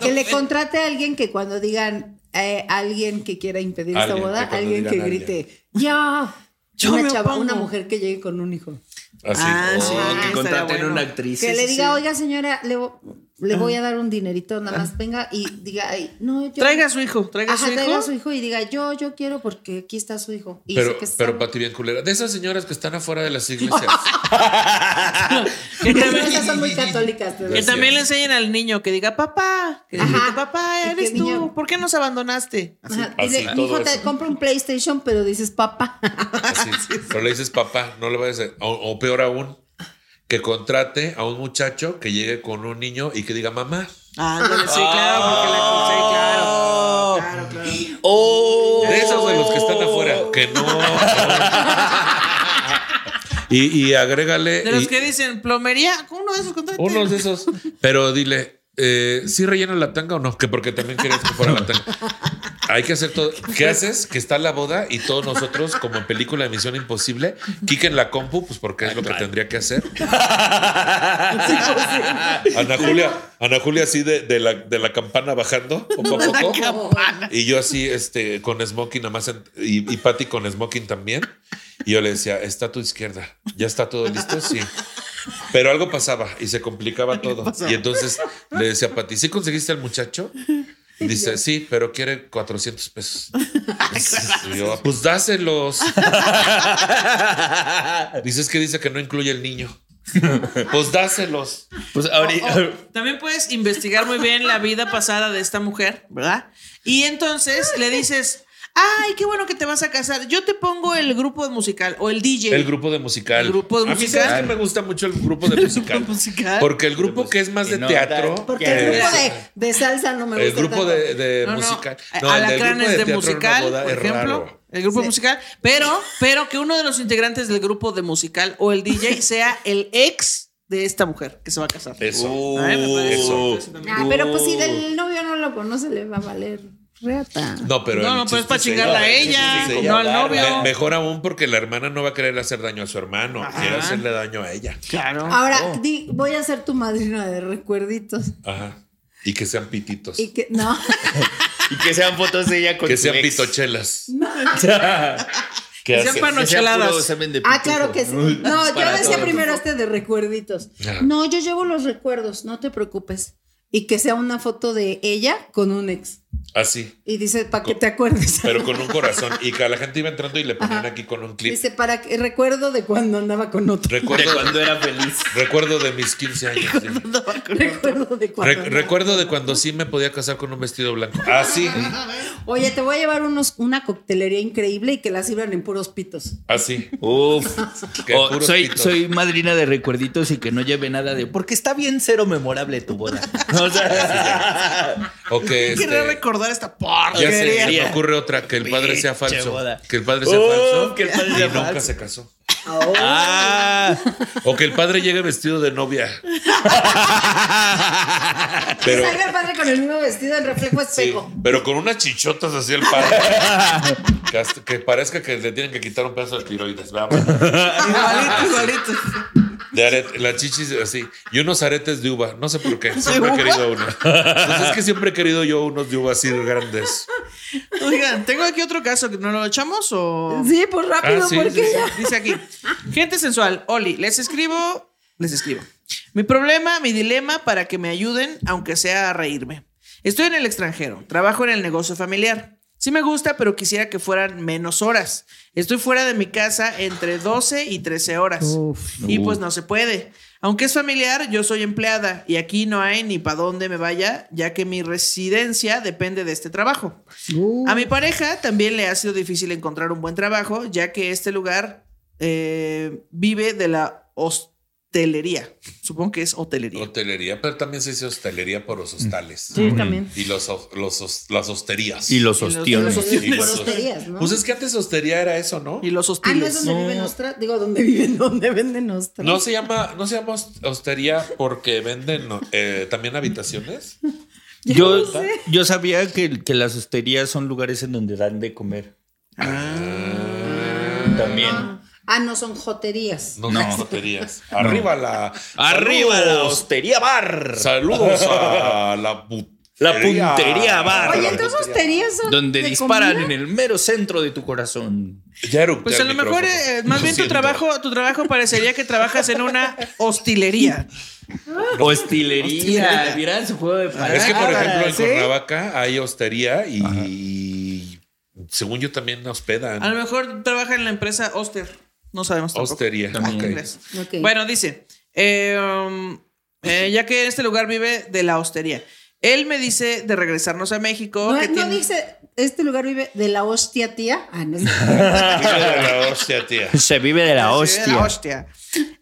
Speaker 5: Que le contrate a alguien que cuando digan eh, alguien que quiera impedir esta
Speaker 1: Alguien,
Speaker 5: boda,
Speaker 1: que cuando
Speaker 5: alguien que
Speaker 1: digan
Speaker 5: grite, ya.
Speaker 2: Yo
Speaker 5: una
Speaker 2: me
Speaker 5: chava,
Speaker 2: opongo.
Speaker 5: una mujer que llegue con un hijo.
Speaker 1: así.
Speaker 2: Ah,
Speaker 3: Oh,
Speaker 2: sí,
Speaker 3: que
Speaker 2: estaría
Speaker 3: contraten
Speaker 2: bueno.
Speaker 3: una actriz.
Speaker 5: que
Speaker 3: Sí,
Speaker 5: le
Speaker 3: sí,
Speaker 5: diga,
Speaker 3: sí.
Speaker 5: oiga señora, le, vo- le voy a dar un dinerito, nada más venga y diga, "Ay, no, yo...
Speaker 2: Traiga a su hijo, traiga a
Speaker 5: Ajá,
Speaker 2: su hijo.
Speaker 5: traiga a su hijo y diga, yo, yo quiero porque aquí está su hijo. Y
Speaker 1: Pero,
Speaker 5: sé que está-
Speaker 1: pero Pati bien culera. De esas señoras que están afuera de las iglesias.
Speaker 2: Ah, Que también,
Speaker 5: Esas son muy católicas. de
Speaker 2: que
Speaker 5: verdad.
Speaker 2: también le enseñen al niño que diga, papá, que le
Speaker 5: Ajá.
Speaker 2: grite, papá,
Speaker 5: Y que
Speaker 2: eres
Speaker 5: el
Speaker 2: tú,
Speaker 5: niño-
Speaker 2: ¿por qué nos abandonaste? Así.
Speaker 5: Ajá,
Speaker 1: así,
Speaker 5: dile,
Speaker 1: todo
Speaker 5: hijo, te
Speaker 1: eso".
Speaker 5: compro un PlayStation, pero dices papá.
Speaker 1: así. Pero le dices, papá, no le vayas a... O, o peor aún, que contrate a un muchacho que llegue con un niño y que diga, mamá.
Speaker 2: Ah, ándale, sí, claro, porque la sí, claro. Claro, claro.
Speaker 3: Oh,
Speaker 1: De esos de los que están afuera. Que no. Y, y agrégale...
Speaker 2: De los
Speaker 1: y-
Speaker 2: que dicen plomería, uno de esos contratos.
Speaker 1: Uno de esos. Pero dile, eh, ¿sí rellena la tanga o no? Que porque también querías que fuera la tanga. Hay que hacer todo. ¿Qué haces? Que está la boda y todos nosotros, como en película de Misión Imposible, quiquen la compu, pues porque es lo que tendría que hacer. Ana Julia, Ana Julia así de, de la, de la campana bajando poco a poco. Y yo así, este, con smoking nada más, en- y, y Patty con smoking también. Y yo le decía, está a tu izquierda, ¿ya está todo listo? Sí. Pero algo pasaba y se complicaba todo. Y entonces le decía a Patty, ¿sí conseguiste al muchacho? Y dice, sí, pero quiere 400 pesos. Y yo, pues dáselos. Dices que dice que no incluye el niño. Pues dáselos.
Speaker 3: Pues ahorita.
Speaker 2: Oh, eh, También puedes investigar muy bien la vida pasada de esta mujer, ¿verdad? Y entonces le dices, ay, qué bueno que te vas a casar. Yo te pongo el grupo musical o el DJ.
Speaker 1: El grupo de musical.
Speaker 2: El grupo de
Speaker 1: A mí
Speaker 2: musical.
Speaker 1: sabes que me gusta mucho el grupo de musical.
Speaker 2: grupo musical.
Speaker 1: Porque el grupo que es más
Speaker 3: Y
Speaker 1: de
Speaker 3: no,
Speaker 1: teatro.
Speaker 3: da-
Speaker 5: Porque
Speaker 3: Ya,
Speaker 5: el
Speaker 1: eh,
Speaker 5: grupo de, de salsa no me gusta.
Speaker 1: el grupo
Speaker 5: tanto.
Speaker 1: de, de
Speaker 2: No, no,
Speaker 1: musical.
Speaker 2: a-
Speaker 1: No, el del grupo
Speaker 2: Eh, Alacranes de,
Speaker 1: teatro en una
Speaker 2: musical,
Speaker 1: boda
Speaker 2: por
Speaker 1: es
Speaker 2: ejemplo.
Speaker 1: raro.
Speaker 2: El grupo
Speaker 5: Sí.
Speaker 2: musical. Pero, pero que uno de los integrantes del grupo de musical o el DJ sea el ex de esta mujer que se va a casar.
Speaker 1: Uh, Eso.
Speaker 2: Ay, me parece-
Speaker 3: Eso.
Speaker 2: eso también.
Speaker 5: Ah, pero pues si del novio no lo conoce, le va a valer reata.
Speaker 1: No, pero.
Speaker 2: No,
Speaker 1: el
Speaker 2: no, pero
Speaker 1: chiste
Speaker 2: es para chingarla a
Speaker 1: el chiste
Speaker 2: ella,
Speaker 1: es
Speaker 2: no al novio.
Speaker 1: Me- mejor aún porque la hermana no va a querer hacer daño a su hermano. Quiere hacerle daño a ella.
Speaker 2: Claro.
Speaker 3: Ah.
Speaker 5: Ahora, di- voy a ser tu madrina de recuerditos.
Speaker 1: Ajá. Y que sean pititos.
Speaker 5: Y que, no,
Speaker 3: Y que sean fotos de ella con
Speaker 1: Que
Speaker 3: su
Speaker 1: sean
Speaker 3: ex.
Speaker 1: pitochelas.
Speaker 3: Que
Speaker 2: sean
Speaker 3: hacen-
Speaker 2: panocheladas.
Speaker 3: puro semen de
Speaker 5: ah,
Speaker 3: pitujo.
Speaker 5: claro que sí. No, yo
Speaker 3: Para
Speaker 5: decía
Speaker 3: todo.
Speaker 5: primero este de recuerditos.
Speaker 1: Ajá.
Speaker 5: No, yo llevo los recuerdos, no te preocupes. Y que sea una foto de ella con un ex.
Speaker 1: Así.
Speaker 5: Y dice, para que te acuerdes.
Speaker 1: Pero con un corazón. Y que a la gente iba entrando y le ponían aquí con un clip.
Speaker 5: Dice, para que recuerdo de cuando andaba con otro.
Speaker 3: De
Speaker 1: Recuerdo,
Speaker 3: cuando era feliz.
Speaker 1: recuerdo de mis 15 años. sí.
Speaker 5: Recuerdo de cuando.
Speaker 1: Re-
Speaker 5: andaba.
Speaker 1: recuerdo de cuando sí me podía casar con un vestido blanco. Así,
Speaker 5: Oye, te voy a llevar unos, una coctelería increíble y que la sirvan en puros pitos.
Speaker 1: así.
Speaker 3: Uf.
Speaker 1: Que
Speaker 3: Oh,
Speaker 1: puros
Speaker 3: soy,
Speaker 1: pitos.
Speaker 3: soy madrina de recuerditos y que no lleve nada de. Porque está bien cero memorable tu boda. O sea,
Speaker 1: O que,
Speaker 2: Yo Quería
Speaker 1: este,
Speaker 2: recordar esta
Speaker 1: ya
Speaker 2: porquería.
Speaker 1: se, se me
Speaker 3: porquería.
Speaker 1: ocurre otra, que el padre sea
Speaker 3: Pinche
Speaker 1: falso.
Speaker 3: boda.
Speaker 1: Que el padre sea
Speaker 3: Oh,
Speaker 1: falso.
Speaker 3: que el padre sea
Speaker 1: y nunca
Speaker 3: falso.
Speaker 1: se casó.
Speaker 3: ah.
Speaker 1: O que el padre llegue vestido de novia.
Speaker 5: Pero,
Speaker 1: Pero-
Speaker 5: salga el padre con el mismo vestido en reflejo
Speaker 1: Sí,
Speaker 5: espejo.
Speaker 1: pero con unas chichotas así el padre. que, hasta- que parezca que le tienen que quitar un pedazo de tiroides. Vamos.
Speaker 2: Igualito, igualito.
Speaker 1: De arete, la chichis así. Y unos aretes de uva. No sé por qué. Siempre
Speaker 2: uva?
Speaker 1: he querido uno. Pues es que siempre he querido yo unos de uva así grandes.
Speaker 2: Oigan, tengo aquí otro caso que no lo echamos o.
Speaker 5: Sí, pues rápido,
Speaker 1: Ah, sí,
Speaker 5: porque
Speaker 1: sí, sí.
Speaker 5: ya.
Speaker 2: Dice aquí. Gente sensual, Oli, les escribo, les escribo. Mi problema, mi dilema para que me ayuden, aunque sea a reírme. Estoy en el extranjero, trabajo en el negocio familiar. Sí me gusta, pero quisiera que fueran menos horas. Estoy fuera de mi casa entre 12 y 13 horas. y
Speaker 1: Uh.
Speaker 2: pues no se puede. Aunque es familiar, yo soy empleada y aquí no hay ni para dónde me vaya, ya que mi residencia depende de este trabajo. A
Speaker 1: Uh.
Speaker 2: mi pareja también le ha sido difícil encontrar un buen trabajo, ya que este lugar eh, vive de la os- hostelería. Supongo que es hotelería.
Speaker 1: Hotelería, pero también se dice hostelería por
Speaker 3: Mm.
Speaker 1: los hostales.
Speaker 5: Sí, también.
Speaker 1: Y los, ho- los hos- las hosterías.
Speaker 3: Y los
Speaker 2: Y los-
Speaker 3: ostiones.
Speaker 5: Los hostil- por
Speaker 1: los-
Speaker 5: hosterías, ¿no?
Speaker 1: Pues es que antes hostería era eso, ¿no?
Speaker 2: y los
Speaker 5: Ah, no
Speaker 2: hostiles.
Speaker 5: es donde viven ostras. Digo, donde viven, donde venden ostras.
Speaker 1: No se llama, no se llama host- hostería porque venden eh, también habitaciones.
Speaker 3: Yo, yo sabía que, que las hosterías son lugares en donde dan de comer. También.
Speaker 5: Ah, no, son joterías.
Speaker 1: No,
Speaker 3: No.
Speaker 1: son hosterías. Arriba la.
Speaker 3: Arriba la
Speaker 1: Saludos.
Speaker 3: hostería bar.
Speaker 1: Saludos a la
Speaker 3: La puntería bar.
Speaker 5: Oye, entonces hosterías son.
Speaker 3: donde
Speaker 5: de
Speaker 3: disparan
Speaker 5: comida?
Speaker 3: en el mero centro de tu corazón.
Speaker 1: Ya eructé
Speaker 2: Pues a
Speaker 1: el
Speaker 2: lo mejor,
Speaker 1: micrófono.
Speaker 2: eh, más bien tu
Speaker 1: Siento.
Speaker 2: trabajo, tu trabajo parecería que trabajas en una hostilería.
Speaker 3: Hostilería.
Speaker 2: Hostilería.
Speaker 3: Vieran Ah. su juego de palabras.
Speaker 1: Es que, por
Speaker 2: Ah,
Speaker 1: ejemplo, en
Speaker 2: ¿sí?
Speaker 1: Cuernavaca hay hostería y, según yo también hospedan.
Speaker 2: A lo mejor trabaja en la empresa Oster. No sabemos tampoco.
Speaker 1: Hostería.
Speaker 2: Ah,
Speaker 3: También.
Speaker 2: ¿qué crees?
Speaker 5: Ok.
Speaker 2: Bueno, dice, eh, um, eh, ya que en este lugar vive de la hostería, él me dice de regresarnos a México.
Speaker 5: No,
Speaker 2: que
Speaker 5: no
Speaker 2: tiene-
Speaker 5: dice, este lugar vive de la hostia tía. Ah, no es
Speaker 1: La hostia, tía.
Speaker 3: Se vive de la
Speaker 2: Sí, de la hostia.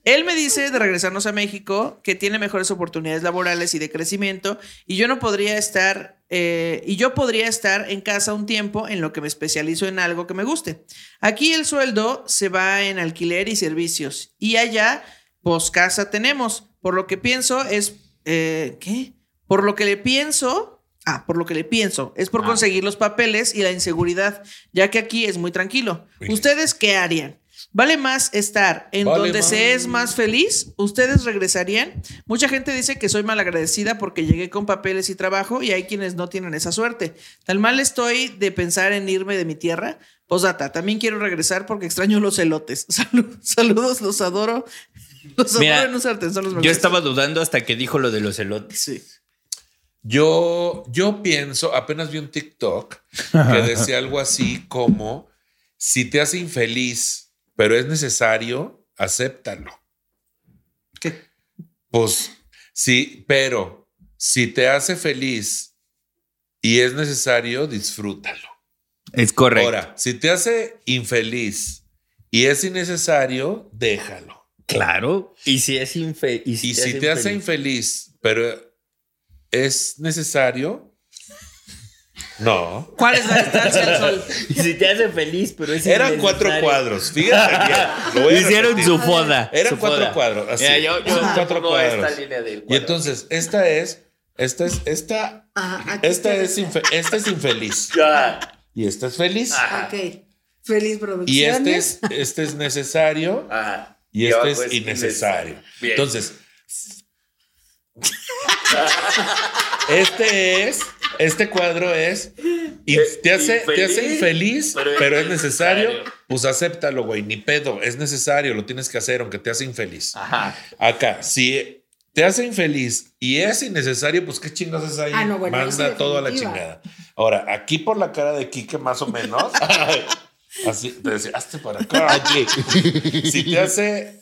Speaker 2: Él me dice de regresarnos a México, que tiene mejores oportunidades laborales y de crecimiento, y yo no podría estar, eh, y yo podría estar en casa un tiempo en lo que me especializo en algo que me guste. Aquí el sueldo se va en alquiler y servicios, y allá, pues casa tenemos. Por lo que pienso es, eh, ¿qué? Por lo que le pienso, ah, por lo que le pienso, es por conseguir los papeles y la inseguridad, ya que aquí es muy tranquilo.
Speaker 1: Uy.
Speaker 2: ¿Ustedes qué harían? ¿Vale más estar en
Speaker 1: Vale
Speaker 2: donde se
Speaker 1: más.
Speaker 2: es más feliz? ¿Ustedes regresarían? Mucha gente dice que soy malagradecida porque llegué con papeles y trabajo y hay quienes no tienen esa suerte. Tan mal estoy de pensar en irme de mi tierra. Posdata, también quiero regresar porque extraño los elotes. Salud- saludos, los adoro. Los adoro
Speaker 3: Mira,
Speaker 2: en un sartén, son los
Speaker 3: Yo
Speaker 2: mejores.
Speaker 3: estaba dudando hasta que dijo lo de los elotes.
Speaker 2: Sí.
Speaker 1: Yo, yo pienso, apenas vi un TikTok que decía algo así como: si te hace infeliz, pero es necesario, acéptalo.
Speaker 2: ¿Qué?
Speaker 1: Pues sí, pero si te hace feliz y es necesario, disfrútalo.
Speaker 3: Es correcto.
Speaker 1: Ahora, si te hace infeliz y es innecesario, déjalo.
Speaker 3: Claro. Y si es infeliz. Y
Speaker 1: Y si te hace infeliz, pero es necesario, no.
Speaker 2: ¿Cuál es la distancia al sol?
Speaker 3: Y si te hace feliz, pero es
Speaker 1: Eran cuatro
Speaker 3: innecesario.
Speaker 1: cuadros, fíjate bien. lo voy a
Speaker 3: Hicieron
Speaker 1: repetir.
Speaker 3: su foda.
Speaker 1: Eran
Speaker 3: su
Speaker 1: cuatro
Speaker 3: foda.
Speaker 1: cuadros, así.
Speaker 3: Mira, yo, yo
Speaker 1: Ajá.
Speaker 3: cuatro
Speaker 1: Cuatro
Speaker 3: cuadros.
Speaker 1: cuadros.
Speaker 3: Esta línea del cuadro.
Speaker 1: Y entonces, esta es, esta es, esta,
Speaker 5: Ah, aquí
Speaker 1: esta
Speaker 5: te
Speaker 1: Este es,
Speaker 5: dice.
Speaker 1: infe- esta es infeliz.
Speaker 3: Ya.
Speaker 1: Y esta es feliz.
Speaker 3: Ajá.
Speaker 5: Ok. Feliz producción.
Speaker 1: Y este es, este es necesario.
Speaker 3: Ajá.
Speaker 1: Y este
Speaker 3: abajo
Speaker 1: es innecesario.
Speaker 3: Bien.
Speaker 1: Entonces, este es, este cuadro es, y te, hace, te hace Eh, infeliz, pero, es necesario. Pues acéptalo, güey, ni pedo, es necesario, lo tienes que hacer, aunque te hace infeliz.
Speaker 3: Ajá.
Speaker 1: Acá, si te hace infeliz y es innecesario, pues qué chingas es ahí.
Speaker 5: Ah, no, bueno,
Speaker 1: Manda
Speaker 5: eso es
Speaker 1: todo a la
Speaker 5: definitiva.
Speaker 1: chingada. Ahora, aquí por la cara de Quique, más o menos. así, te decía, hazte para acá. Aquí. Si te hace.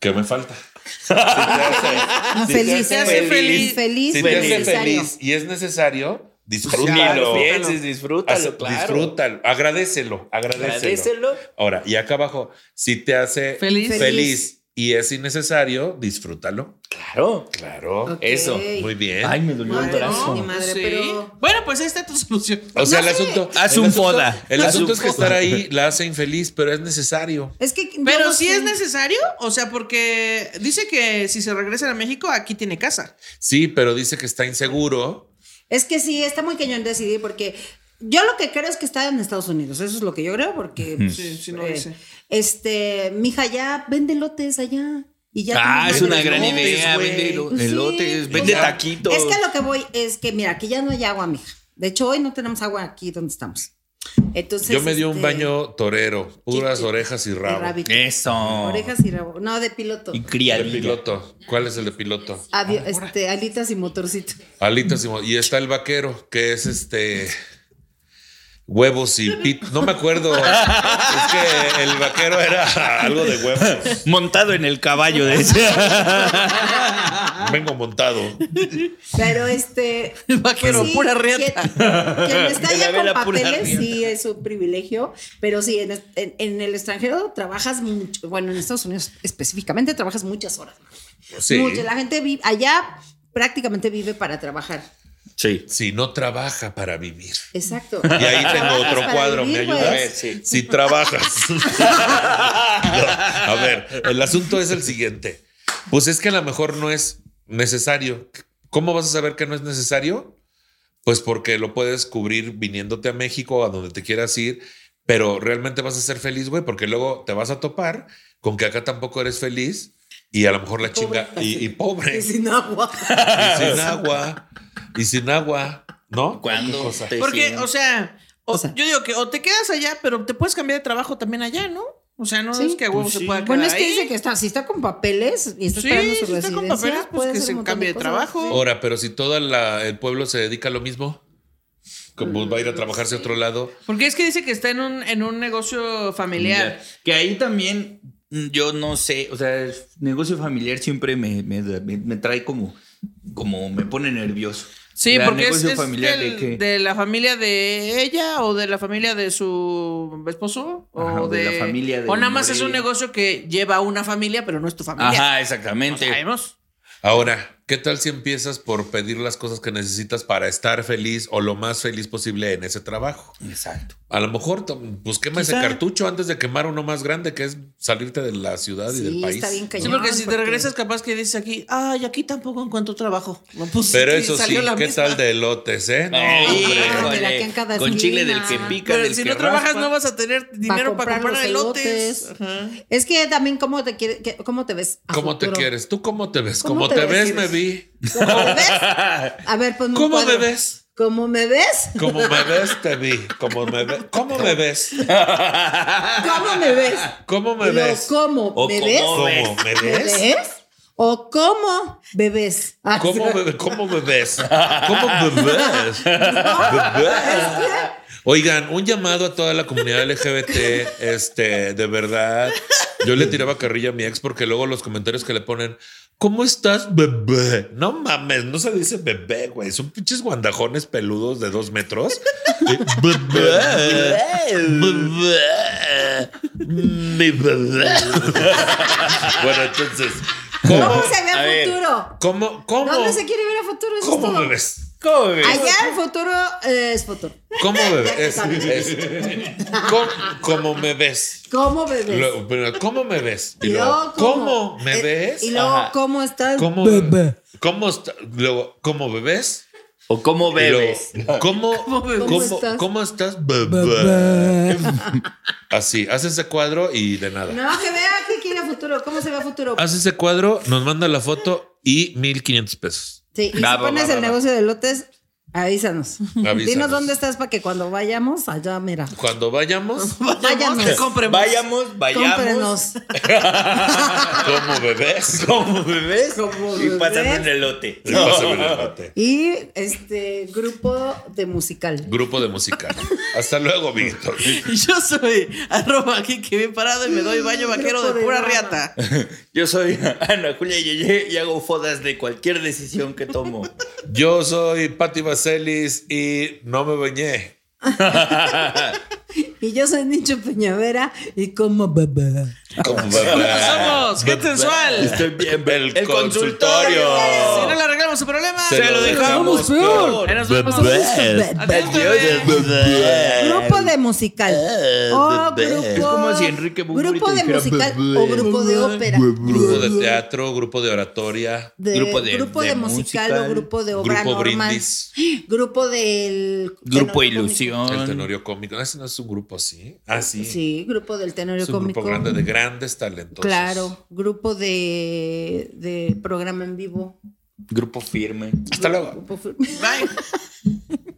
Speaker 1: ¿Qué me falta? Si te hace- si te
Speaker 5: Feliz.
Speaker 1: hace
Speaker 2: hace feliz.
Speaker 5: Feliz,
Speaker 1: Si te hace
Speaker 5: necesario.
Speaker 1: feliz y es necesario, disfrútalo.
Speaker 3: Disfrútalo.
Speaker 1: Hace-
Speaker 3: Pienses, disfrútalo, claro.
Speaker 1: Disfrútalo. Agradecelo, agradecelo.
Speaker 3: Agradecelo.
Speaker 1: Ahora, y acá abajo, si te hace
Speaker 2: Feliz.
Speaker 1: feliz, y es innecesario, disfrútalo.
Speaker 3: Claro.
Speaker 1: Claro.
Speaker 5: Ok.
Speaker 3: Eso,
Speaker 1: Muy bien.
Speaker 3: Ay, me dolió el
Speaker 5: Madre,
Speaker 3: brazo.
Speaker 5: mi madre,
Speaker 2: Sí.
Speaker 5: pero.
Speaker 2: Bueno, pues ahí está tu solución.
Speaker 1: o sea,
Speaker 5: no
Speaker 1: el
Speaker 5: sé.
Speaker 1: asunto.
Speaker 3: Haz
Speaker 1: el
Speaker 3: un
Speaker 1: asunto-
Speaker 3: foda.
Speaker 1: El
Speaker 3: Haz
Speaker 1: asunto
Speaker 3: un
Speaker 1: es que
Speaker 3: foda.
Speaker 1: estar ahí la hace infeliz, pero es necesario.
Speaker 5: Es que. yo
Speaker 2: Pero
Speaker 5: no
Speaker 2: si
Speaker 5: sé.
Speaker 2: es necesario, o sea, porque dice que si se regresan a México, aquí tiene casa.
Speaker 1: Sí, pero dice que está inseguro.
Speaker 5: Es que sí, está muy cañón decidir porque yo lo que creo es que está en Estados Unidos, eso es lo que yo creo porque pues,
Speaker 2: Sí, sí, no
Speaker 5: eh,
Speaker 2: dice.
Speaker 5: este, mija ya vende lotes allá y ya
Speaker 3: Ah,
Speaker 5: tiene
Speaker 3: es
Speaker 5: madre.
Speaker 3: una gran
Speaker 2: elotes,
Speaker 3: idea.
Speaker 2: güey.
Speaker 3: Vende elo-
Speaker 5: Pues sí,
Speaker 3: elotes,
Speaker 5: o
Speaker 3: vende
Speaker 5: sea,
Speaker 3: taquitos.
Speaker 5: Es que a lo que voy es que mira, aquí ya no hay agua, mija. De hecho, hoy no tenemos agua aquí donde estamos. Entonces
Speaker 1: Yo me dio un
Speaker 5: este,
Speaker 1: baño torero, puras
Speaker 5: sí, sí.
Speaker 1: orejas y
Speaker 5: de
Speaker 1: rabo.
Speaker 5: rabito.
Speaker 3: Eso.
Speaker 5: Orejas y rabo. No, de piloto.
Speaker 3: Y
Speaker 1: De
Speaker 3: criadilla.
Speaker 1: piloto. ¿Cuál es el de piloto?
Speaker 5: Avio- este, alitas y motorcito.
Speaker 1: Alitas y, mo- y está el vaquero, que es este. huevos y pit. No me acuerdo. es que el vaquero era algo de huevos.
Speaker 6: Montado en el caballo de
Speaker 1: Vengo montado.
Speaker 5: Pero este.
Speaker 2: Vaquero, pura riata.
Speaker 5: Quien, quien está
Speaker 6: De la
Speaker 5: allá con
Speaker 6: vela, pura
Speaker 5: papeles,
Speaker 6: riata.
Speaker 5: sí es un privilegio. Pero sí, en, en- en el extranjero trabajas mucho. Bueno, en Estados Unidos específicamente trabajas muchas horas.
Speaker 1: Sí.
Speaker 5: Mucho. La gente vive. Allá prácticamente vive para trabajar.
Speaker 6: Sí.
Speaker 1: Si no trabaja para vivir.
Speaker 5: Exacto.
Speaker 1: Y ahí tengo
Speaker 5: Trabajas
Speaker 1: otro
Speaker 5: para
Speaker 1: cuadro, ¿me
Speaker 5: vivir,
Speaker 1: ayudas?
Speaker 5: pues.
Speaker 3: sí.
Speaker 1: Si trabajas. No, a ver, el asunto es el siguiente. Pues es que a lo mejor no es necesario. ¿Cómo vas a saber que no es necesario? Pues porque lo puedes cubrir viniéndote a México, a donde te quieras ir, pero realmente vas a ser feliz, güey, porque luego te vas a topar con que acá tampoco eres feliz y a lo mejor la chinga y, y pobre,
Speaker 5: Y sin agua.
Speaker 1: y sin agua, y sin agua, ¿no?
Speaker 3: ¿Cuándo? te
Speaker 2: Porque,
Speaker 3: sientas?
Speaker 2: o sea, o-
Speaker 5: O sea.
Speaker 2: yo digo que o te quedas allá, pero te puedes cambiar de trabajo también allá, ¿no? O sea, no
Speaker 5: Sí.
Speaker 2: es que a huevo
Speaker 6: Pues
Speaker 2: se
Speaker 6: sí.
Speaker 2: pueda quedar
Speaker 5: Bueno, es que
Speaker 2: ahí.
Speaker 5: dice que está, si está con papeles y está
Speaker 2: Sí,
Speaker 5: esperando su
Speaker 2: si está con
Speaker 5: residencia,
Speaker 2: papeles, pues,
Speaker 5: puede
Speaker 2: que
Speaker 5: hacer
Speaker 2: se
Speaker 5: un montón
Speaker 2: cambie de
Speaker 5: cosas.
Speaker 2: trabajo.
Speaker 5: Sí.
Speaker 1: Ahora, pero si todo el pueblo se dedica a lo mismo, como
Speaker 5: Mm,
Speaker 1: va a ir a trabajarse a otro lado.
Speaker 2: Porque es que dice que está en un, en un negocio familiar.
Speaker 3: Mira, Que ahí también mm, yo no sé, o sea, el negocio familiar siempre me, me- me- me trae como, como me pone nervioso.
Speaker 2: Sí,
Speaker 3: O sea,
Speaker 2: porque es,
Speaker 3: negocio
Speaker 2: es
Speaker 3: familiar
Speaker 2: del-
Speaker 3: de que-
Speaker 2: de la familia de ella o de la familia de su esposo o
Speaker 3: Ajá, o
Speaker 2: de,
Speaker 3: de la familia de
Speaker 2: o nada más es un
Speaker 3: Morelia.
Speaker 2: negocio que lleva a una familia, pero no es tu familia.
Speaker 3: Ajá,
Speaker 2: No
Speaker 3: exactamente.
Speaker 2: sabemos.
Speaker 1: Ahora, ¿qué tal si empiezas por pedir las cosas que necesitas para estar feliz o lo más feliz posible en ese trabajo?
Speaker 3: Exacto.
Speaker 1: A lo mejor, tom- pues quema ese
Speaker 2: Quizá.
Speaker 1: cartucho antes de quemar uno más grande, que es salirte de la ciudad y
Speaker 5: Sí,
Speaker 1: del país.
Speaker 5: está bien
Speaker 2: Sí,
Speaker 5: cañón.
Speaker 2: porque si te
Speaker 5: porque-
Speaker 2: regresas capaz que dices aquí, ay, aquí tampoco encuentro trabajo. No, pues,
Speaker 1: Pero
Speaker 2: sí,
Speaker 1: eso sí,
Speaker 2: salió la
Speaker 1: ¿qué
Speaker 2: misma.
Speaker 1: tal de elotes, eh? No,
Speaker 3: Ay,
Speaker 1: hombre.
Speaker 5: Ah,
Speaker 3: híjole,
Speaker 5: de la que en cada
Speaker 3: con chile del
Speaker 5: esquina.
Speaker 3: que pica,
Speaker 2: Pero
Speaker 3: del
Speaker 2: si
Speaker 3: que
Speaker 2: no trabajas
Speaker 3: raspa.
Speaker 2: no vas a tener dinero para comprar,
Speaker 5: los
Speaker 2: elotes. Ajá.
Speaker 5: Es que también cómo te quiere- que- cómo te ves. a
Speaker 1: ¿Cómo te
Speaker 5: futuro?
Speaker 1: quieres? ¿Tú cómo te ves?
Speaker 5: ¿Cómo
Speaker 1: Como
Speaker 5: te
Speaker 1: te ves,
Speaker 5: ves?
Speaker 1: me vi.
Speaker 5: ¿Cómo te ves? A ver, pues
Speaker 1: ¿Cómo me ves?
Speaker 5: ¿Cómo me ves?
Speaker 1: Como me ves, te vi. Como me ve- ¿Cómo me ves?
Speaker 5: ¿Cómo me ves?
Speaker 1: ¿Cómo
Speaker 5: Y
Speaker 1: me
Speaker 5: luego,
Speaker 1: ves?
Speaker 5: ¿Cómo
Speaker 3: O
Speaker 5: me
Speaker 3: cómo
Speaker 5: ves?
Speaker 3: ¿Cómo
Speaker 1: ¿Cómo me
Speaker 5: ¿Me
Speaker 1: ves?
Speaker 5: ves? ¿O cómo bebés? Ah,
Speaker 1: ¿Cómo me, ¿Cómo me ves? ¿Cómo me ves? Me ves. Oigan, un llamado a toda la comunidad LGBT, este, de verdad. Yo le tiraba carrilla a mi ex porque luego los comentarios que le ponen, ¿cómo estás, bebé? No mames, no se dice bebé, güey. Son pinches guandajones peludos de dos metros. Y, Bebé. Bebé. Mi bebé. Bueno, entonces,
Speaker 5: ¿Cómo
Speaker 1: ¿cómo?
Speaker 5: se ve
Speaker 3: A
Speaker 5: a
Speaker 3: ver.
Speaker 5: futuro?
Speaker 1: ¿Cómo? ¿Cómo?
Speaker 5: ¿Dónde se quiere ver a futuro? Eso es
Speaker 1: ¿Cómo
Speaker 5: todo.
Speaker 1: me ves?
Speaker 3: ¿Cómo me ves?
Speaker 5: Allá el futuro eh, es futuro.
Speaker 1: ¿Cómo me ves? Es- es- ¿Cómo, cómo me ves?
Speaker 5: ¿Cómo bebés?
Speaker 1: Luego, pero, ¿Cómo me ves? Y
Speaker 5: Y
Speaker 1: luego,
Speaker 5: luego,
Speaker 1: ¿cómo me
Speaker 5: eh,
Speaker 1: ves?
Speaker 5: Y luego,
Speaker 3: Ajá.
Speaker 5: ¿cómo estás?
Speaker 1: ¿Cómo bebé? ¿Cómo está- luego, ¿cómo bebes?
Speaker 3: ¿O cómo
Speaker 1: Y luego,
Speaker 3: bebes?
Speaker 1: ¿Cómo,
Speaker 5: bebes?
Speaker 1: cómo-
Speaker 5: ¿Cómo estás?
Speaker 1: cómo estás, bebé? Así, haz ese cuadro y de nada.
Speaker 5: No, que vea qué quiere a futuro. ¿Cómo se ve a futuro?
Speaker 1: Haz ese cuadro, nos manda la foto y 1500 pesos.
Speaker 5: Sí, y
Speaker 3: Va,
Speaker 5: si
Speaker 3: va,
Speaker 5: pones
Speaker 3: va,
Speaker 5: el
Speaker 3: va,
Speaker 5: negocio de lotes, avísanos.
Speaker 1: Avísanos.
Speaker 5: Dinos dónde estás para que cuando vayamos, allá, mira.
Speaker 1: Cuando vayamos,
Speaker 5: Vayamos.
Speaker 2: que compremos.
Speaker 3: Vayamos, vayamos.
Speaker 5: Cómprenos.
Speaker 1: ¿cómo bebes?
Speaker 3: ¿Cómo me ves?
Speaker 5: ¿Cómo
Speaker 3: Y
Speaker 5: me
Speaker 3: pasando
Speaker 5: ves?
Speaker 3: un elote.
Speaker 1: Y pásame el elote.
Speaker 5: Y este grupo de musical.
Speaker 1: Grupo de música. Hasta luego, Víctor.
Speaker 2: Yo soy arroba aquí que bien parado y me doy baño vaquero de
Speaker 5: Grupo de
Speaker 2: pura
Speaker 5: drama.
Speaker 2: riata.
Speaker 3: Yo soy Ana Julia Yeye y hago fodas de cualquier decisión que tomo.
Speaker 1: Yo soy Patti Vaselis y no me bañé.
Speaker 5: Y yo soy Nicho Peñavera y como bebé.
Speaker 1: Como bebé.
Speaker 3: Ah,
Speaker 2: Somos gente
Speaker 3: pues,
Speaker 2: sensual.
Speaker 3: Estoy bien,
Speaker 1: El,
Speaker 3: El
Speaker 1: consultorio.
Speaker 3: consultorio.
Speaker 2: Si no le arreglamos su problema,
Speaker 1: Se lo dejamos
Speaker 2: Ahí nos
Speaker 5: Pues,
Speaker 2: vemos.
Speaker 5: bebé.
Speaker 2: Adiós, bebé.
Speaker 5: Grupo de musical. O
Speaker 3: bebé.
Speaker 5: grupo,
Speaker 3: Es como si Enrique Bunbury
Speaker 5: Grupo
Speaker 3: te
Speaker 5: de
Speaker 3: dijera,
Speaker 5: musical
Speaker 3: bebé.
Speaker 5: o grupo de ópera.
Speaker 1: Grupo de teatro, grupo de oratoria,
Speaker 5: De-
Speaker 3: grupo de-
Speaker 5: grupo
Speaker 3: de
Speaker 5: de musical,
Speaker 3: musical.
Speaker 5: o grupo de obra
Speaker 1: grupo
Speaker 5: normal.
Speaker 1: brindis,
Speaker 5: Grupo del.
Speaker 3: Grupo
Speaker 5: tenorio
Speaker 1: el
Speaker 3: Ilusión.
Speaker 1: tenorio cómico. No, Ese no es un grupo, sí. Ah, sí.
Speaker 5: cómico. Sí, grupo del tenorio
Speaker 1: es un
Speaker 5: cómico.
Speaker 1: grupo grande de grandes talentos.
Speaker 5: Claro, grupo de, de programa en vivo.
Speaker 3: Grupo firme.
Speaker 1: Hasta luego.
Speaker 5: Grupo fir-
Speaker 2: Bye.